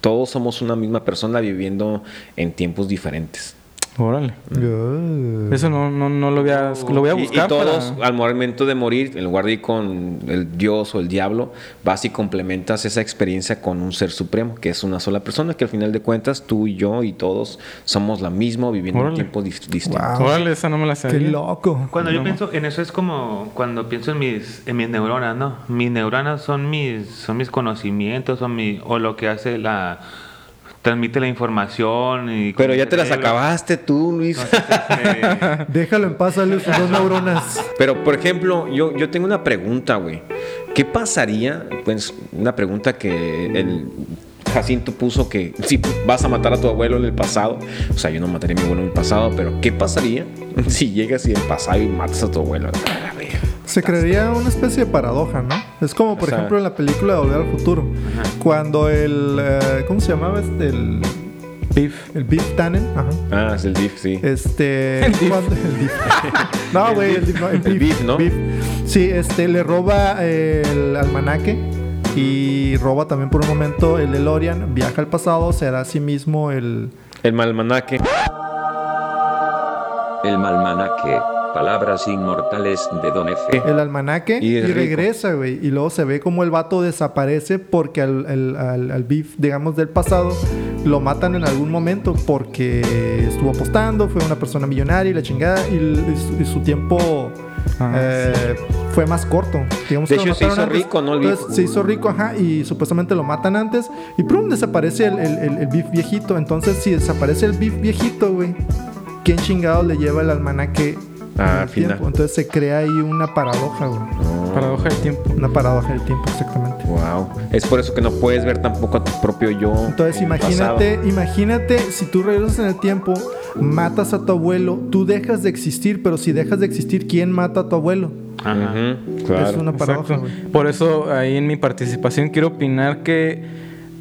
todos somos una misma persona viviendo en tiempos diferentes.
Órale.
Ah.
Eso no, no, no lo voy a, lo voy a
Y-
buscar.
Y, todos,
para-
al momento de morir, en lugar de ir con el Dios o el diablo, vas y complementas esa experiencia con un ser supremo, que es una sola persona, que al final de cuentas tú y yo y todos somos la misma viviendo en
Órale.
tiempos dif- distintos.
Wow.
Órale, esa no me la sabía.
Qué loco.
Cuando yo
No.
pienso en eso es como cuando pienso en mis en mis neuronas, ¿no? Mis neuronas son mis son mis conocimientos, son mi o lo que hace la transmite la información y
Pero ya te las
cerebro.
acabaste tú, Luis.
Entonces, eh,
Déjalo en paz, dale sus dos neuronas.
Pero, por ejemplo, yo, yo tengo una pregunta, güey. ¿Qué pasaría? Pues, una pregunta que el Jacinto puso que si vas a matar a tu abuelo en el pasado. O sea, yo no mataría a mi abuelo en el pasado, pero ¿qué pasaría si llegas y el pasado y matas a tu abuelo? A la verga.
Se crearía una especie de paradoja, ¿no? Es como, por
O sea-
ejemplo, en la película Volver al Futuro. Cuando el. eh, ¿Cómo se llamaba este? El.
Beef.
El Biff Tannen. Ajá.
Ah, es el DIF, sí.
Este.
El Biff.
cuando- el Biff. no, güey, el, Biff, no, el
El Biff, ¿no?
Sí, este, le roba eh, el almanaque y roba también por un momento el DeLorean, viaja al pasado, será a sí mismo el.
El malmanaque.
El malmanaque, palabras inmortales de Don Efe.
el almanaque
Y
y,
es rico.
regresa, güey. Y luego se ve como el vato desaparece porque al, al, al- al beef, digamos, del pasado, lo matan en algún momento porque estuvo apostando, fue una persona millonaria y la chingada, y, l- y su, y su tiempo
Ah,
eh, fue más corto. Digamos
De
que lo
hecho, se
mataron
hizo rico, ¿no? El
Entonces,
beef.
se hizo rico, ajá, y supuestamente lo matan antes, y prum, desaparece el, el, el- el beef viejito. Entonces, si desaparece el beef viejito, güey, ¿quién chingado le lleva el almanaque?
Ah,
al
final.
tiempo? Entonces se crea ahí una paradoja, güey.
Paradoja del tiempo.
Una paradoja del tiempo, exactamente.
Wow. Es por eso que no puedes ver tampoco a tu propio yo.
Entonces
en el
imagínate, imagínate si tú regresas en el tiempo, matas a tu abuelo, tú dejas de existir, pero si dejas de existir, ¿quién mata a tu abuelo?
ajá.
pasado. Ujú, claro.
Es una paradoja,
Exacto.
güey.
Por eso ahí en mi participación quiero opinar que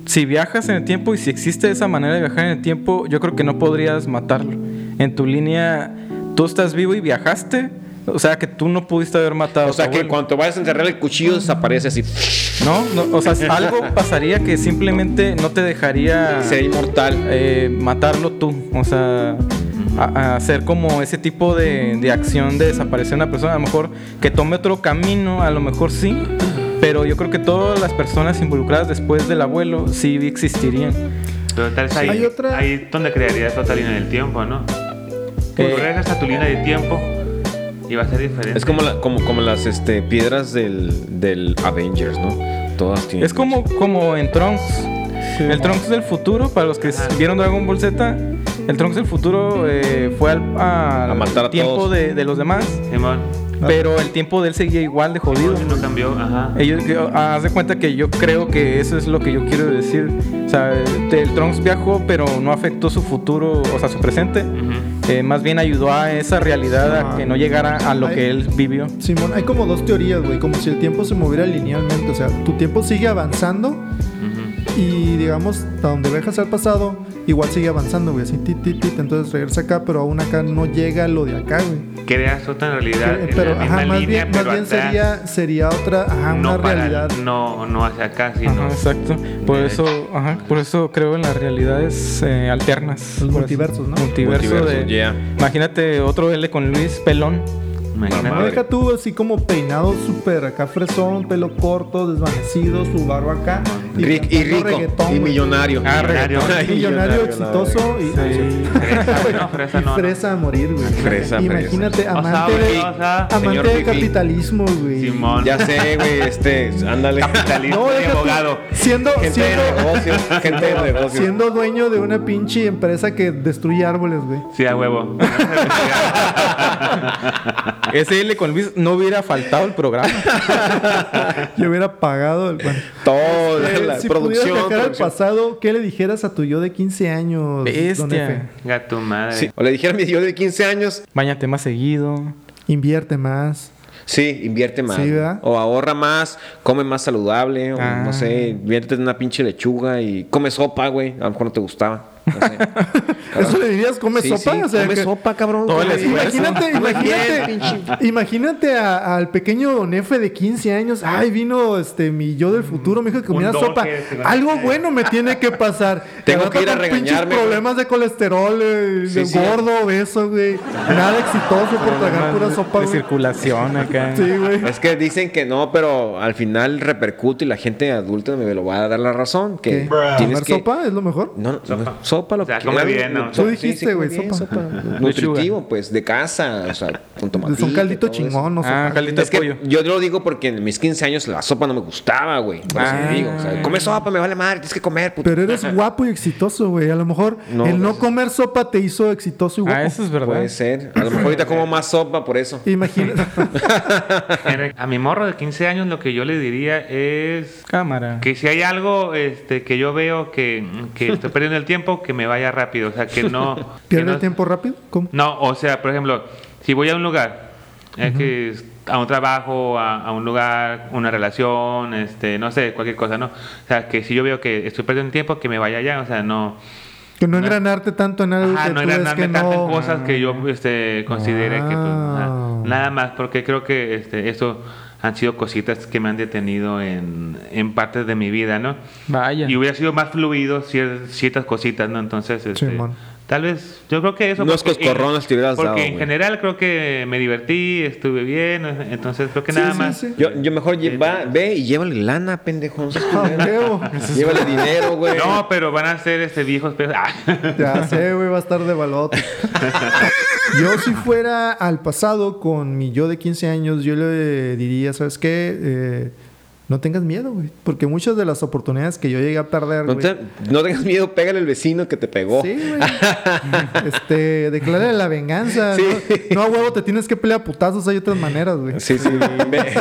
si viajas en el tiempo y si existe esa manera de viajar en el tiempo, yo creo que no podrías matarlo. En tu línea, tú estás vivo y viajaste. O sea que tú no pudiste haber matado.
O sea, que
cuando
cuando te vayas a enterrar el cuchillo desaparece así.
No, no, o sea, algo pasaría que simplemente no te dejaría
Sería inmortal.
eh, matarlo tú. O sea, a- a hacer como ese tipo de, de acción de desaparecer una persona. A lo mejor que tome otro camino, a lo mejor sí. Pero yo creo que todas las personas involucradas después del abuelo sí existirían.
Pero tal vez ahí,
Hay otra-
ahí es donde crearías otra línea del tiempo, ¿no? Cuando
Eh,
regresas a tu línea de tiempo y va a ser diferente.
Es como, la- como, como las este, piedras del, del Avengers, ¿no? Todas tienen.
Es como, como en Trunks. el Trunks del futuro, para los que s- vieron Dragon Ball Z, el Trunks del futuro eh, fue al, al
A matar a
tiempo
todos.
de, de los demás.
Simón.
Pero el tiempo de él seguía igual de jodido.
No cambió, ajá.
Eh.
Ellos, yo- ah, haz de cuenta que yo creo que eso es lo que yo quiero decir. O sea, el, el Trunks viajó, pero no afectó su futuro, o sea, su presente. Eh, más bien ayudó a esa realidad a que no llegara a lo que él vivió.
Simón, hay como dos teorías, güey, como si el tiempo se moviera linealmente, o sea, tu tiempo sigue avanzando y digamos, a donde dejas al pasado, igual sigue avanzando, güey, así, tit, tit, tit, entonces regresa acá, pero aún acá no llega lo de acá, güey.
Creas otra realidad en
eh, Pero,
la misma
ajá, más
línea,
bien, más
pero
bien
atrás
sería, sería otra, ajá,
no
una
para-
realidad.
no, no hacia acá, sino
Ajá, exacto. Por
de
eso,
hecho.
ajá, por eso creo en las realidades eh, alternas.
Los
Por
multiversos, ¿no?
Multiverso, de.
Multiversos, yeah.
Imagínate otro L con Luis Pelón.
imagínate.
No deja tú así como peinado súper acá fresón, pelo corto, desvanecido, su barba acá.
Ric- y
cantando
rico.
reggaetón,
y
güey.
millonario.
Ah,
Millonario.
reggaetón.
Millonario exitoso y,
Fresa, güey, no, fresa no, no.
fresa a morir, güey.
Fresa,
Imagínate,
O sea,
amante,
güey,
de-
o sea,
señor
amante del
fifí.
capitalismo, güey.
Simón.
Ya sé, güey, este, ándale.
Capitalista
No,
y
deja tú,
abogado.
Siendo,
Gente de
siendo,
negocios, gente de negocios.
siendo dueño de una pinche empresa que destruye árboles, güey.
Sí, a huevo.
Ese L con Luis no hubiera faltado el programa.
Yo hubiera pagado el bueno.
Toda
Eh,
la
si pudieras
producción.
viajar al
producción.
pasado, ¿qué le dijeras a tu yo de 15 años? don Efe?
Bestia.
Venga, tu madre.
Sí, O le dijeron yo de 15 años,
Báñate más seguido.
Invierte más.
sí, invierte más.
Sí, ¿verdad?
o ahorra más, come más saludable, o
Ah.
no sé, invierte en una pinche lechuga y come sopa, güey. A lo mejor no te gustaba. No sé.
¿Eso le dirías? ¿Come
Sí,
sopa?
sí,
O sea,
come
que-
sopa, cabrón.
Todo el
Come-
esfuerzo.
Imagínate, imagínate, imagínate a- al pequeño Don Efe de 15 años. Ay, vino este mi yo del futuro, me dijo que comiera
doque,
sopa.
que no-
Algo bueno me tiene que pasar.
Tengo
Me va
que ir a
tocar pinches
regañarme, güey.
problemas de colesterol, eh,
Sí, sí.
gordo, obeso, güey. Nada exitoso por tragar pura
de-
sopa,
de
güey.
circulación acá.
Sí, güey.
Es que dicen que no, pero al final repercute y la gente adulta me lo va a dar la razón. Que
¿Qué?
tienes
¿Comer
que.
sopa es lo mejor?
No, no, sopa. sopa lo
O sea,
que
come
quieras,
bien, ¿no?
lo-
Tú
sopa, sí,
dijiste,
sí, come
güey,
bien,
sopa.
Nutritivo, pues, de casa, o sea, con tomatito.
Es un caldito
todo eso.
chingón, no
Ah,
sopa.
caldito de
Es que
pollo.
yo te lo digo porque en mis 15 años la sopa no me gustaba, güey. Por eso
Ah.
te digo, o sea, come sopa, me vale madre, tienes que comer, puto.
Pero eres guapo y exitoso, güey. A lo mejor
No,
el no
gracias.
comer sopa te hizo exitoso y guapo.
Ah, eso es verdad.
Pues
Puede ser. A lo mejor ahorita como más sopa por eso.
Imagínate.
Mira, A mi morro de 15 años lo que yo le diría es
Cámara.
que si hay algo este, que yo veo que, que estoy perdiendo el tiempo, que me vaya rápido. O sea, que no... que
¿Pierde
no-
el tiempo rápido? ¿Cómo?
No, o sea, por ejemplo, si voy a un lugar, es que es- a un trabajo, a, a un lugar, una relación, este, no sé, cualquier cosa, ¿no? O sea, que si yo veo que estoy perdiendo tiempo, que me vaya allá, o sea, no...
Que no engranarte tanto en algo
Ajá,
que
no
tú ves
engranarme
que
tanto
no.
en cosas que yo este, considere que pues,
Ah.
na- nada más, porque creo que este, eso han sido cositas que me han detenido en, en partes de mi vida, ¿no?
Vaya.
Y hubiera sido más fluido cier- ciertas cositas, ¿no? Entonces, este,
Simón.
tal vez, yo creo que eso...
Unos
porque-
coscorrones te hubieras
Porque
dado,
en
güey.
general creo que me divertí, estuve bien, entonces creo que
Sí,
nada
sí,
más...
sí.
Yo, yo mejor lle- va- ve y llévale lana, pendejo. no seas
Ah,
culero.
huevo.
Llévale dinero, güey.
No, pero van a ser este, viejos... Pero, ah.
Ya sé, güey, va a estar de baloto. yo si fuera al pasado con mi yo de 15 años, yo le diría, ¿sabes qué? Eh, no tengas miedo, güey. Porque muchas de las oportunidades que yo llegué a perder,
No,
güey...
te- no tengas miedo, pégale al vecino que te pegó.
Sí, güey. este, declara la venganza.
Sí.
No, No, a huevo, te tienes que pelear a putazos. Hay otras maneras, güey.
Sí, sí. Ve.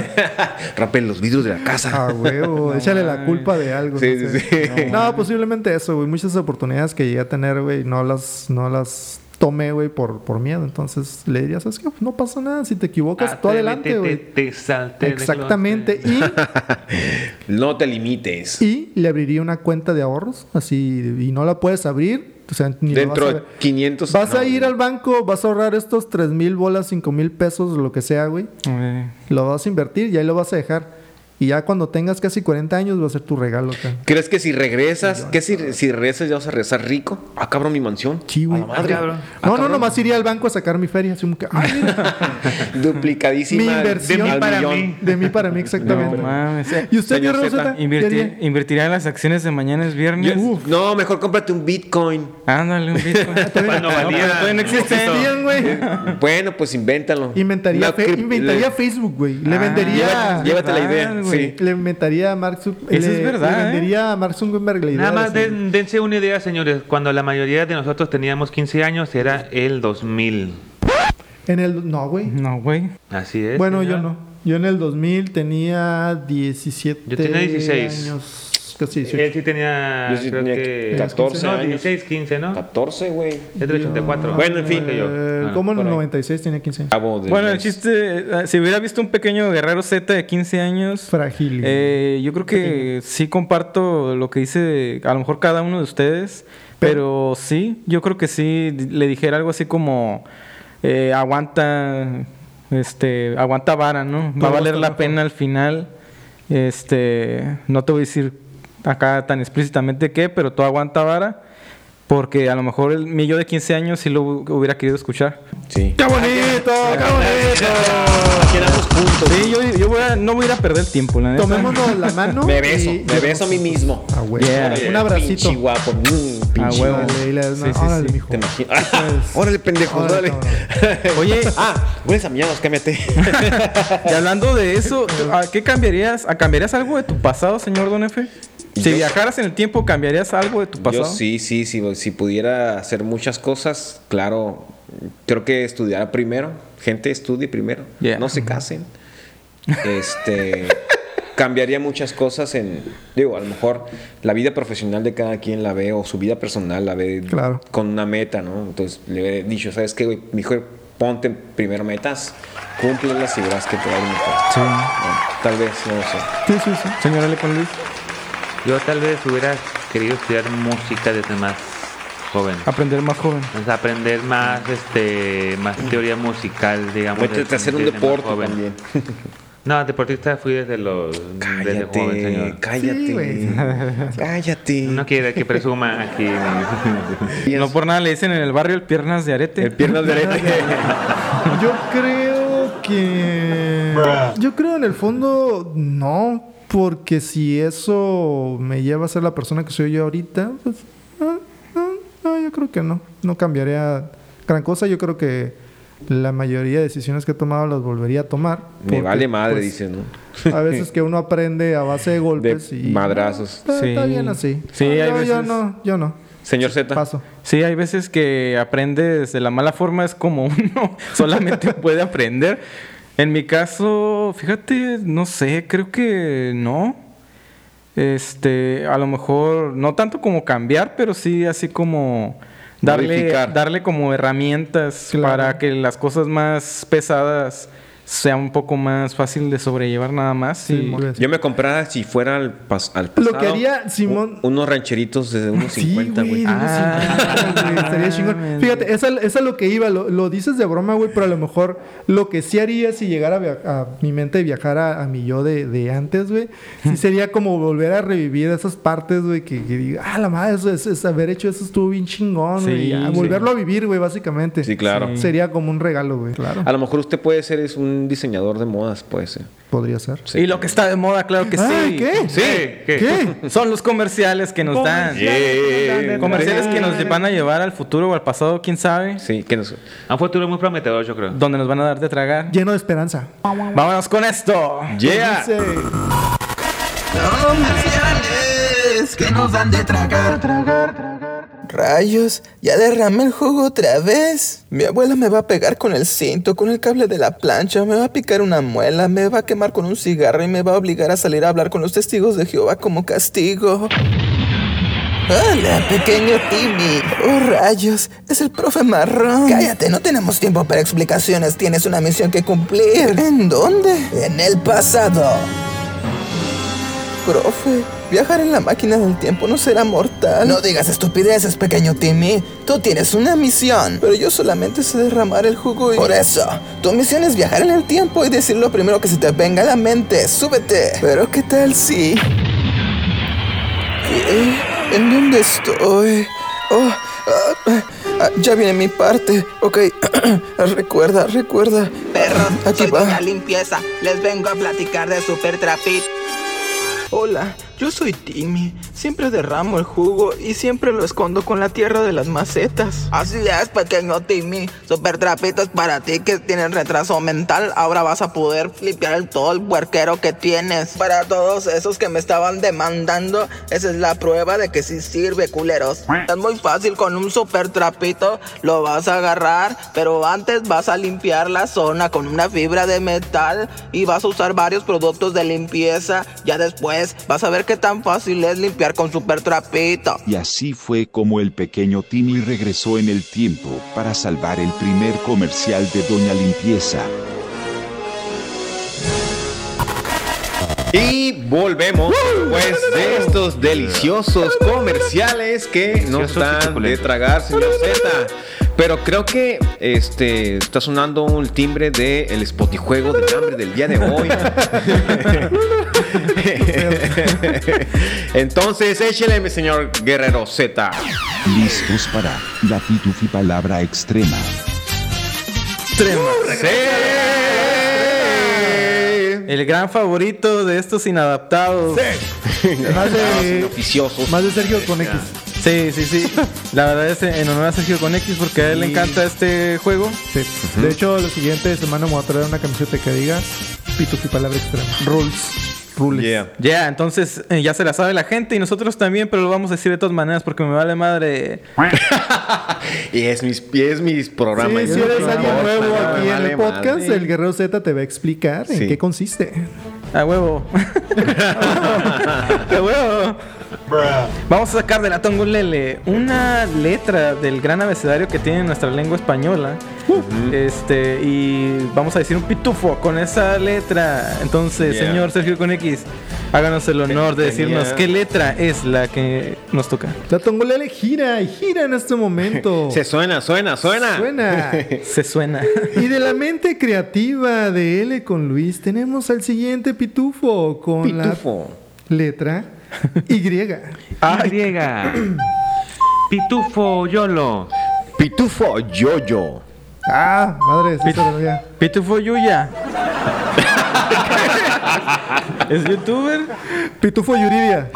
Rompe los vidrios de la casa.
Ah, huevo, échale la culpa de algo.
Sí,
no
sí,
sé.
sí.
No, posiblemente eso, güey. Muchas oportunidades que llegué a tener, güey, no las, no las tomé, güey, por, por miedo. Entonces le diría, ¿sabes qué? No pasa nada. Si te equivocas, tú adelante, güey.
Ah, Te, te salté de
Exactamente.
No te limites.
Ah. Y, y le abriría una cuenta de ahorros, así, y no la puedes abrir. O sea, ni lo
Dentro
vas
de
a ver.
500.
Vas a
no,
ir al banco, vas a ahorrar estos 3 mil bolas, 5 mil pesos, lo que sea, güey.
Eh,
Lo vas a invertir y ahí lo vas a dejar. Y ya cuando tengas casi 40 años va a ser tu regalo, acá.
¿Crees que si regresas, que si, si regresas ya vas a regresar rico? Ah, cabrón, mi mansión.
Sí, güey.
A la madre.
cabrón.
Ah,
No, no,
cabrón.
nomás iría al banco a sacar mi feria. Así como que, ay, mira,
Duplicadísima.
Mi
al-
inversión
al
para
millón.
mí.
de mí para mí,
no
exactamente.
mames.
¿Y usted,
Señor
señor
Zeta,
Rosetta?
Invertir- invertirá en las acciones de mañana es viernes.
Yo- no, mejor cómprate un Bitcoin.
Ándale, un Bitcoin.
Cuando
No,
valía-
pero Ah, todavía no existe.
Bien, güey.
Ah,
Bueno, pues invéntalo.
Inventaría,
Una
fe-
cri-
inventaría
le-
Facebook, güey. Le
Ah,
vendería...
Llévate, llévate la idea.
Verdad,
Sí.
güey.
Le inventaría a Mark Zuc-
Eso
le-
es verdad,
Le
¿eh?
vendería a Mark Zuckerberg la idea.
Nada más
de-
den- dense una idea, señores. Cuando la mayoría de nosotros teníamos 15 años, era el 2000.
En el. No, güey.
No, güey.
Así
Este,
es.
Bueno,
señor.
yo no. Yo en el 2000 tenía 17
Yo tenía 16.
años. Casi 18.
Eh,
Él sí tenía.
Yo sí
creo
tenía
que
14
No,
años.
16, 15, ¿no?
14, güey.
Es del 84.
Bueno, en fin.
que yo.
Ah, Eh,
Ah,
¿Cómo en
por ahí.
el
Ah,
96 tenía 15 años?
Cabo de
Bueno, el
mes.
chiste, eh, si hubiera visto un pequeño guerrero Z de 15 años,
Frágil.
eh, yo creo que sí comparto lo que dice a lo mejor cada uno de ustedes, pero sí, yo creo que sí di- le dijera algo así como eh, aguanta, este, aguanta vara, ¿no? Va
Todo
a valer
está
la
mejor.
pena al final. Este, no te voy a decir acá tan explícitamente qué, pero todo aguanta vara. Porque a lo mejor el, mi yo de 15 años sí lo hu- hubiera querido escuchar.
Sí.
¡Qué bonito! ¡Qué
Quedamos juntos.
Sí, yo, yo voy a- no voy a ir a perder tiempo, la neta.
Tomémonos la mano.
Me beso,
y-
me beso a mí mismo.
Ah, güey.
Yeah.
Un abracito.
Pinche guapo. mm,
Ah,
pinche
huevo.
guapo.
Dale, y le das una-
Sí, sí,
órale,
sí.
mijo.
Te imagino.
Pues-
Órale, pendejo,
Órale,
dale.
Oye.
ah, hueles a miados, cámbiate.
Y hablando de eso, ¿a qué cambiarías? ¿A cambiarías algo de tu pasado, señor Don Efe? Si
Yo-
viajaras en el tiempo, ¿cambiarías algo de tu
Yo
pasado?
sí, sí, sí, si pudiera hacer muchas cosas, claro, creo que estudiar primero, gente estudie primero,
Yeah.
no se casen. Este cambiaría muchas cosas en digo, a lo mejor la vida profesional de cada quien la ve o su vida personal la ve
Claro.
con una meta, ¿no? Entonces le he dicho, ¿sabes qué, güey? Mejor ponte primero metas, cúmplelas y verás que te va a ir mejor.
Sí.
Bueno, Tal vez, no lo sé.
Sí, sí, sí.
Señor Ale con Luis.
Yo tal vez hubiera querido estudiar música desde más joven.
Aprender más joven.
O sea, aprender más, este, más teoría musical, digamos.
Métete
desde-
a hacer un
desde más
deporte
joven.
también.
No, deportista fui desde los. desde joven,
Cállate,
señor.
Sí,
cállate.
güey.
cállate.
No quiere que presuma aquí.
No por nada le dicen en el barrio el piernas de arete.
El piernas de arete.
Yo creo que. Yo creo en el fondo, no. Porque si eso me lleva a ser la persona que soy yo ahorita, pues. ah, ah, ah, yo creo que no. No cambiaría gran cosa. Yo creo que la mayoría de decisiones que he tomado las volvería a tomar.
Me
porque,
vale madre,
pues,
dice, ¿no?
A veces que uno aprende a base de golpes
De
y. Ah,
madrazos.
Está, está
Sí.
bien así.
Sí,
No,
hay
yo, yo
veces-
no, yo no.
Señor Z.
Paso.
Sí, hay veces que aprendes de la mala forma, es como uno solamente puede aprender. En mi caso, fíjate, no sé, creo que no. Este, a lo mejor, no tanto como cambiar, pero sí así como darle,
Modificar.
darle como herramientas
Claro.
para que las cosas más pesadas sean un poco más fácil de sobrellevar nada más. y-
muy bien.
Yo me comprara si fuera al, pas- al
Lo
pasado.
que haría Simón-
u- unos rancheritos desde unos 50, güey.
de unos
Ah.
50, güey, Estaría chingón. Fíjate, esa, esa es lo que iba. Lo, lo dices de broma, güey, pero a lo mejor lo que sí haría si llegara a, via- a mi mente viajar a, a mi yo de, de antes, güey, sí sería como volver a revivir esas partes, güey, que, que diga, ah, la madre, eso, es- es- haber hecho eso estuvo bien chingón,
Sí,
güey. ya,
sí.
Volverlo a vivir, güey, básicamente.
Sí, claro.
Sería como un regalo, güey, claro.
A lo mejor usted puede ser es un diseñador de modas, puede ser.
Podría ser.
Sí.
Y lo que está de moda, claro que
Ay,
sí.
Ah, ¿qué?
Sí, ¿qué?
¿Qué?
Son los comerciales que nos dan.
Eh,
Comerciales que nos van a llevar al futuro o al pasado, quién sabe.
Sí, que nos...
A un futuro muy prometedor, yo creo.
Donde nos van a dar de tragar.
Lleno de esperanza.
Vámonos con esto.
¡Yeah!
Dice,
Comerciales que nos dan de tragar, tragar, tragar. Rayos, ya derramé el jugo otra vez. Mi abuela me va a pegar con el cinto, con el cable de la plancha, me va a picar una muela, me va a quemar con un cigarro y me va a obligar a salir a hablar con los testigos de Jehová como castigo. Hola, pequeño Timmy. Oh, rayos, es el profe marrón. Cállate, no tenemos tiempo para explicaciones. Tienes una misión que cumplir. ¿En dónde? En el pasado. Profe, viajar en la máquina del tiempo no será mortal. No digas estupideces, pequeño Timmy. Tú tienes una misión, pero yo solamente sé derramar el jugo y... Por eso, tu misión es viajar en el tiempo y decir lo primero que se te venga a la mente. Súbete. Pero ¿qué tal si... ¿Qué? ¿En dónde estoy? Oh, ah, ah, ah, ya viene mi parte. Ok, recuerda, recuerda.
Perros,
Aquí
soy
va.
Doña Limpieza. Les vengo a platicar de Super Trapit.
Hola, Yo soy Timmy, siempre derramo el jugo y siempre lo escondo con la tierra de las macetas.
Así es, pequeño Timmy. Super trapitos para ti que tienes retraso mental. Ahora vas a poder flipear el, todo el huerquero que tienes.
Para todos esos que me estaban demandando, esa es la prueba de que sí sirve, culeros.
Es muy fácil con un super trapito. Lo vas a agarrar, pero antes vas a limpiar la zona con una fibra de metal y vas a usar varios productos de limpieza. Ya después vas a ver qué tan fácil es limpiar con super trapito.
Y así fue como el pequeño Timmy regresó en el tiempo para salvar el primer comercial de Doña Limpieza.
Y volvemos después de estos deliciosos comerciales que nos
Deliciosos y
dan de
suculentos.
tragar, señor Z. Pero creo que este está sonando un timbre del el spotijuego del hambre del día de hoy. Entonces, échele, mi señor Guerrero Z.
Listos para la pitufi palabra extrema.
Sí.
El gran favorito de estos inadaptados.
Más de,
Oficiosos.
más de Sergio con X.
Sí, sí, sí. La verdad es en honor a Sergio con X porque a él le encanta este juego.
Sí. De hecho, la siguiente semana me voy a traer una camiseta que diga Pitufi Palabra Extrema. Rules. Rules.
Yeah.
Ya, entonces eh, ya se la sabe la gente y nosotros también, pero lo vamos a decir de todas maneras porque me vale madre.
Y es mis, y es mis programas.
Sí, si
Yo
eres
no
alguien
importa,
nuevo
no me
aquí en
vale
el podcast,
madre.
el Guerrero Z te va a explicar
Sí.
en qué consiste.
A huevo. A huevo. Vamos a sacar de la tongolele una letra del gran abecedario que tiene nuestra lengua española. Este, y vamos a decir un pitufo con esa letra. Entonces,
Yeah.
señor Sergio con X, háganos el honor de
Tenía-
decirnos qué letra es la que nos toca.
La tongolele gira y gira en este momento.
Se suena, suena, suena.
Suena.
Se suena.
Y de la mente creativa de L con Luis tenemos al siguiente pitufo con
Pitufo.
la letra Y.
Ah, griega. Pitufo Yolo.
Pitufo Yoyo.
Ah, madre, sí, se lo había.
Pitufo Yuya. ¿Es youtuber?
Pitufo Yuridia.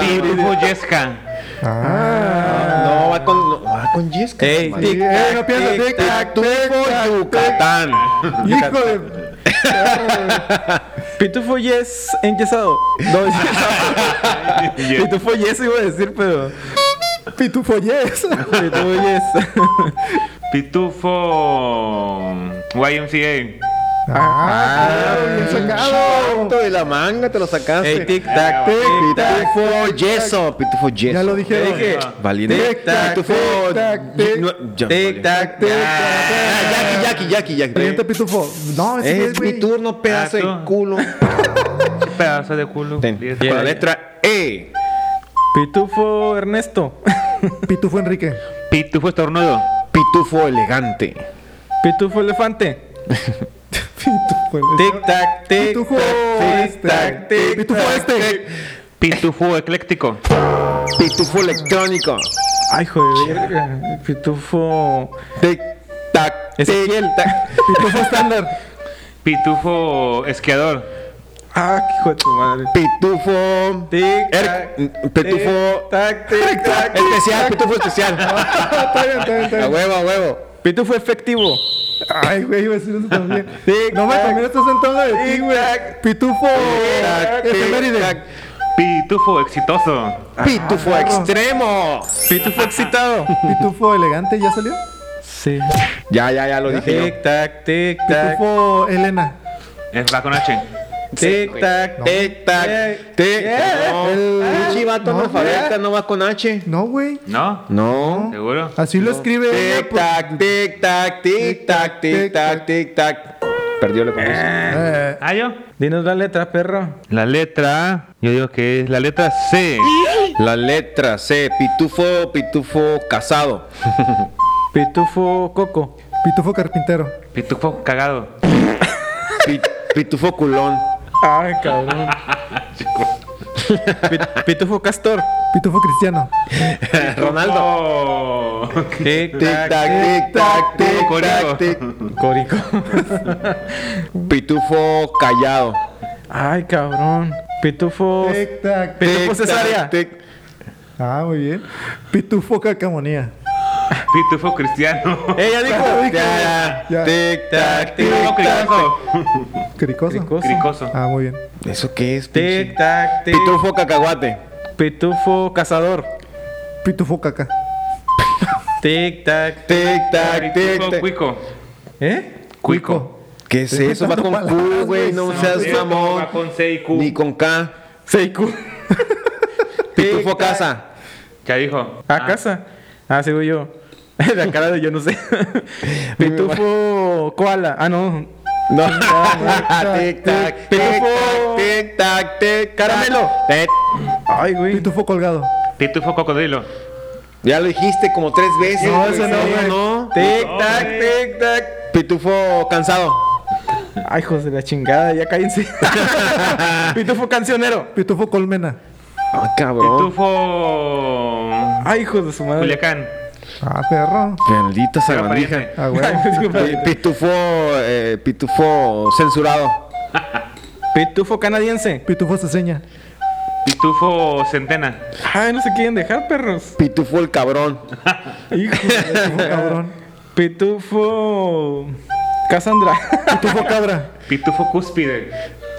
Pitufo Yesca.
No, va con, no, va con Yesca.
Ey,
madre.
tic,
Eh, no pienses, tic, tac,
Pitufo Yucatán.
Hijo de.
Pitufo Yes enyesado. No, es- Pitufo Yes iba a decir, pero.
Pitufo Yes.
Pitufo Yes.
Pitufo mm, YMCA.
Ah, bien sacado.
Santo de la manga te lo sacaste.
Ey, tic tac, tic tac.
Pitufo Yeso. Pitufo Yeso.
Ya lo dije.
Te dije,
Valiente.
Tic, tac,
Pitufo.
tic, tac, tic,
No, ya,
Tic
vale.
tac, tic tac.
Ah, Jackie, Jackie, Jackie,
Siguiente
Jackie.
pitufo. No, ese
Es mi
güey.
turno, pedazo
Ah,
de
tú.
culo.
Pedazo de culo.
Ten, con la
ya.
letra E.
Pitufo Ernesto.
Pitufo Enrique.
Pitufo Estornudo.
Pitufo elegante.
Pitufo Elefante.
Pitufo Enrique.
Tic tac, tic
Pitufo
tac, tic
este.
tac, tic
Pitufo
tac,
este.
tic.
Pitufo Ecléctico.
Pitufo electrónico.
Ay, joder. Pitufo.
Tic tac.
Ezequiel.
Pitufo estándar.
Pitufo Esquiador.
Ah, qué hijo de tu madre.
Pitufo.
Tic
Er-
tac.
Pitufo.
Tic tac, tic tac.
Especial, pitufo especial.
Está bien, está bien, está
A
bien.
huevo, a huevo.
Pitufo efectivo.
Ay, güey, iba a decir eso también.
Tic,
No me
tac.
también estás sentado de ti,
Tic,
güey.
tac.
Pitufo.
tac,
Efeméride.
Pitufo Exitoso.
Pitufo extremo.
Pitufo excitado.
Pitufo elegante, ¿ya salió?
Sí.
Ya, ya, ya lo dije.
Tic tac, tic tac.
Pitufo Elena.
Es va con H.
Tic tac,
yo.
tic
Tic
tac, Ah.
tac. Tic. No,
El-
pinche vato
no,
analfabeta no va con H.
No, güey.
¿No?
No.
¿Seguro?
Así lo escribe. ella,
Tic
pues.
tac, tic tac, tic tac, tic tac, tic tac. Perdió la confusión.
Eh,
¿Ah, yo?
Dinos la letra, perro.
La letra. Yo digo que es la letra C.
La letra C. Pitufo, pitufo casado.
Pitufo coco.
Pitufo carpintero.
Pitufo Cagado.
Pi- Pitufo culón.
Ay, cabrón. Pitufo castor.
Pitufo cristiano.
Ronaldo.
Oh.
Tic
Tic tac, tic tac, tic tac, tic.
Corico.
Pitufo callado.
Ay, cabrón. Pitufo.
Tic, tac,
Pitufo
tic,
cesárea.
tac, tic. Ah, muy bien. Pitufo cacamonía.
Pitufo cristiano.
Ella dijo.
Ya, ya.
Tic, tac, tic.
Pitufo cricoso.
Cricosa.
Cricoso.
Cricoso.
Ah, muy bien.
¿Eso qué es?
Tic,
pinche?
tac, tic.
Pitufo cacahuate.
Pitufo cazador.
Pitufo caca.
Tic, tac.
Tic, tac, tic,
Pitufo
tac.
cuico.
¿Eh?
Cuico.
¿Qué es eso? Va con Q, güey. No seas
Pitufo
mamón.
va con C y Q.
Ni con K.
Seiku.
Pitufo casa.
Ya dijo.
A casa. Ah, sigo yo. La cara de yo no sé. Pitufo koala. Ah, no.
No. Tic, tac, tic,
Pitufo.
tac, tic, tac, tic.
Caramelo.
Tic.
Ay, güey.
Pitufo colgado.
Pitufo cocodrilo.
Ya lo dijiste como tres veces.
No,
güey.
ese no, güey.
no.
Tic,
No,
tac,
güey.
tic, tac.
Pitufo cansado.
Ay, hijos de la chingada, ya cállense. Pitufo cancionero.
Pitufo colmena.
Ah, cabrón.
Pitufo.
Ay, hijos de su madre.
Culiacán.
Ah, perro.
Maldita sabandija.
Pariente.
Ah, güey.
Ay, disculpa.
Pi- Pitufo, eh, pitufo censurado.
Pitufo canadiense.
Pitufo ceseña.
Pitufo centena.
Ay, no se quieren dejar, perros.
Pitufo el cabrón.
Hijo de su cabrón.
Pitufo cabrón.
Pitufo. Cassandra.
Pitufo cabra.
Pitufo cúspide.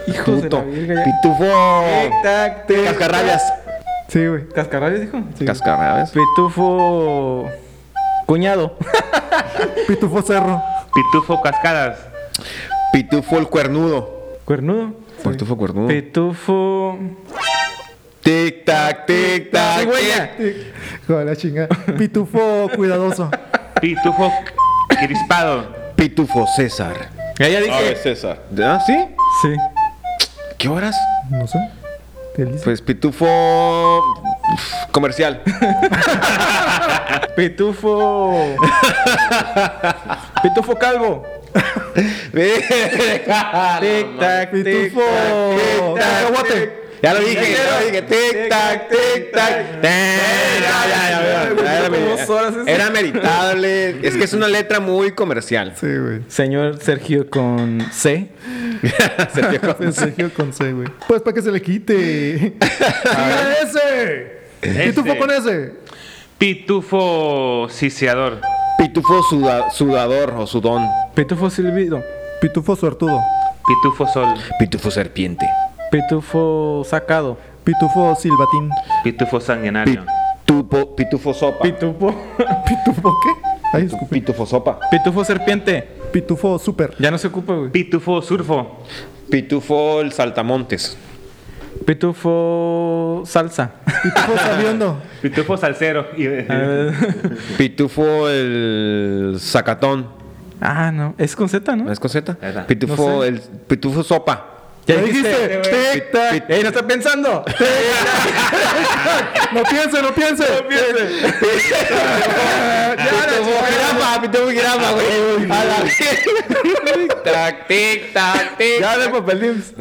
Hijos de la
Puto.
virga ya.
Pitufo.
Tic, tac, tic.
Cascarrabias.
Sí, güey.
¿Cascarrabias dijo? Sí.
Cascarrabias.
Pitufo. Cuñado.
Pitufo cerro.
Pitufo cascadas.
Pitufo el cuernudo.
Cuernudo.
Pitufo
Oh.
cuernudo.
Pitufo.
Tic tac, tic
Ah,
tac.
Cigüeña.
Joder, la chinga. Pitufo cuidadoso.
Pitufo crispado.
tic. Pitufo César.
Ya, ya dije.
César. ¿Ah, sí?
Sí.
¿Qué horas?
No sé. Él dice.
Pues pitufo. uf, Comercial.
Pitufo. Pitufo calvo. Tic tac, tic
Pitufo.
tac, tic tac.
Cacahuate.
Ya lo dije, ya lo dije. Tic tac, tic tac. Eh, Ya, ya, ya, ya, ya, era
Como dos horas
meri-
ese.
Era meritable. Es que es una letra muy comercial.
Sí, güey.
Señor Sergio con C.
Sergio Costa.
Sergio con C, güey. Pues para que se le quite. ¡Mira ese! Pitufo con ese.
Pitufo siseador.
Pitufo suda- sudador o sudón.
Pitufo silbido.
Pitufo suertudo.
Pitufo sol.
Pitufo serpiente.
Pitufo sacado.
Pitufo silbatín.
Pitufo sanguinario.
Pitufo, pitufo sopa.
Pitufo.
¿Pitufo qué? Ay, escupí.
Pitufo sopa.
Pitufo serpiente.
Pitufo super.
Ya no se ocupa, güey.
Pitufo surfo.
Pitufo el saltamontes.
Pitufo salsa.
Pitufo sabiondo.
Pitufo salsero.
Pitufo el zacatón.
ah, no. Es con Z,
¿No
¿no?
es coseta?
Esa.
Pitufo el pitufo sopa.
Ya
Lo
dijiste.
dijiste, güey.
Tic tac.
Pit-
Ey, no está pensando.
No piense, no piense.
pitufo jirafa, pitufo jirafa, güey. A la tic tac, tic tac, tic.
Ya de papel Dims.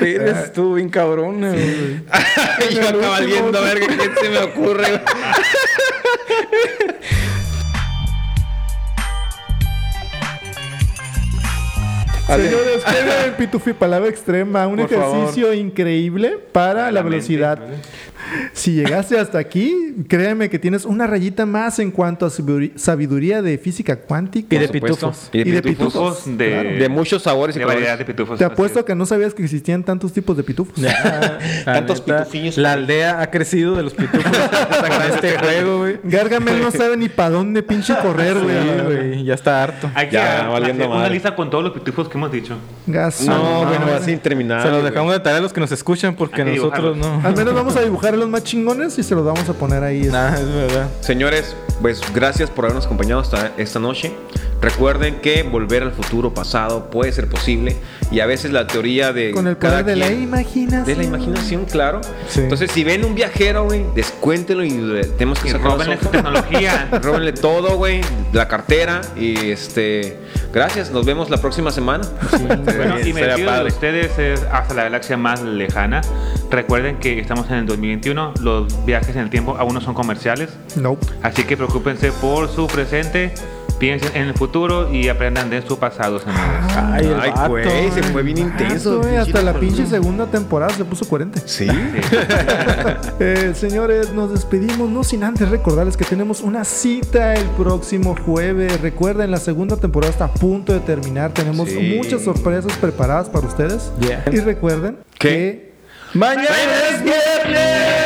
Eres tú, bien cabrón, güey.
Yo acá valiendo verga, ¿qué se me ocurre? güey?
Señores, jueguen en Pitufi Palabra Extrema, un
Por
ejercicio increíble para la velocidad. Si llegaste hasta aquí, créeme que tienes una rayita más en cuanto a sabiduri- sabiduría de física cuántica.
Y de
Por supuesto.
pitufos.
Y
Y de
de pitufos.
Pitufos de,
De muchos sabores y
de variedad de
colores.
pitufos.
Te
Así
apuesto
es.
que no sabías que existían tantos tipos de pitufos.
La
Tantos
neta,
pitufillos.
La aldea ha crecido de los pitufos para este juego, güey.
Gargamel no sabe ni para dónde pinche correr,
Sí,
güey.
güey, ya está harto.
Hay que
Ya,
hacer
valiendo
una
madre.
lista con todos los pitufos que hemos dicho.
Gas-
No,
Ah,
bueno,
madre.
así interminable.
Se los
güey.
dejamos de tarea a los que nos escuchan porque
Hay que
nosotros no.
Al menos vamos a dibujar los más chingones y se los vamos a poner ahí. este,
Nah, es verdad.
Señores, pues gracias por habernos acompañado hasta esta noche. Recuerden que volver al futuro pasado puede ser posible y a veces la teoría de
Con el
cada
poder de la
quien-
imaginación.
de la imaginación, claro.
Sí.
Entonces, si ven un viajero, güey, descuéntenlo y eh, tenemos que
Y
sacarlo
robenle su
nosotros.
tecnología.
Róbenle todo, güey, la cartera y este, gracias, nos vemos la próxima semana.
Bueno, y me
eh, Estaría
despido de
padre.
ustedes es hasta la galaxia más lejana. Recuerden que estamos en el 2021, los viajes en el tiempo aún no son comerciales,
No.
así que preocúpense por su presente, Piensen en el futuro y aprendan de su pasado, señores.
Ah,
Ay, el
Ay,
vato,
güey, se
güey.
fue bien intenso.
Vato, güey, eh, hasta la pinche segunda temporada se puso 40.
Sí.
Eh, señores, nos despedimos, no sin antes recordarles que tenemos una cita el próximo jueves. Recuerden, la segunda temporada está a punto de terminar. Tenemos
Sí.
muchas sorpresas preparadas para ustedes.
Yeah.
Y recuerden
¿Qué?
que... ¡Mañana es viernes!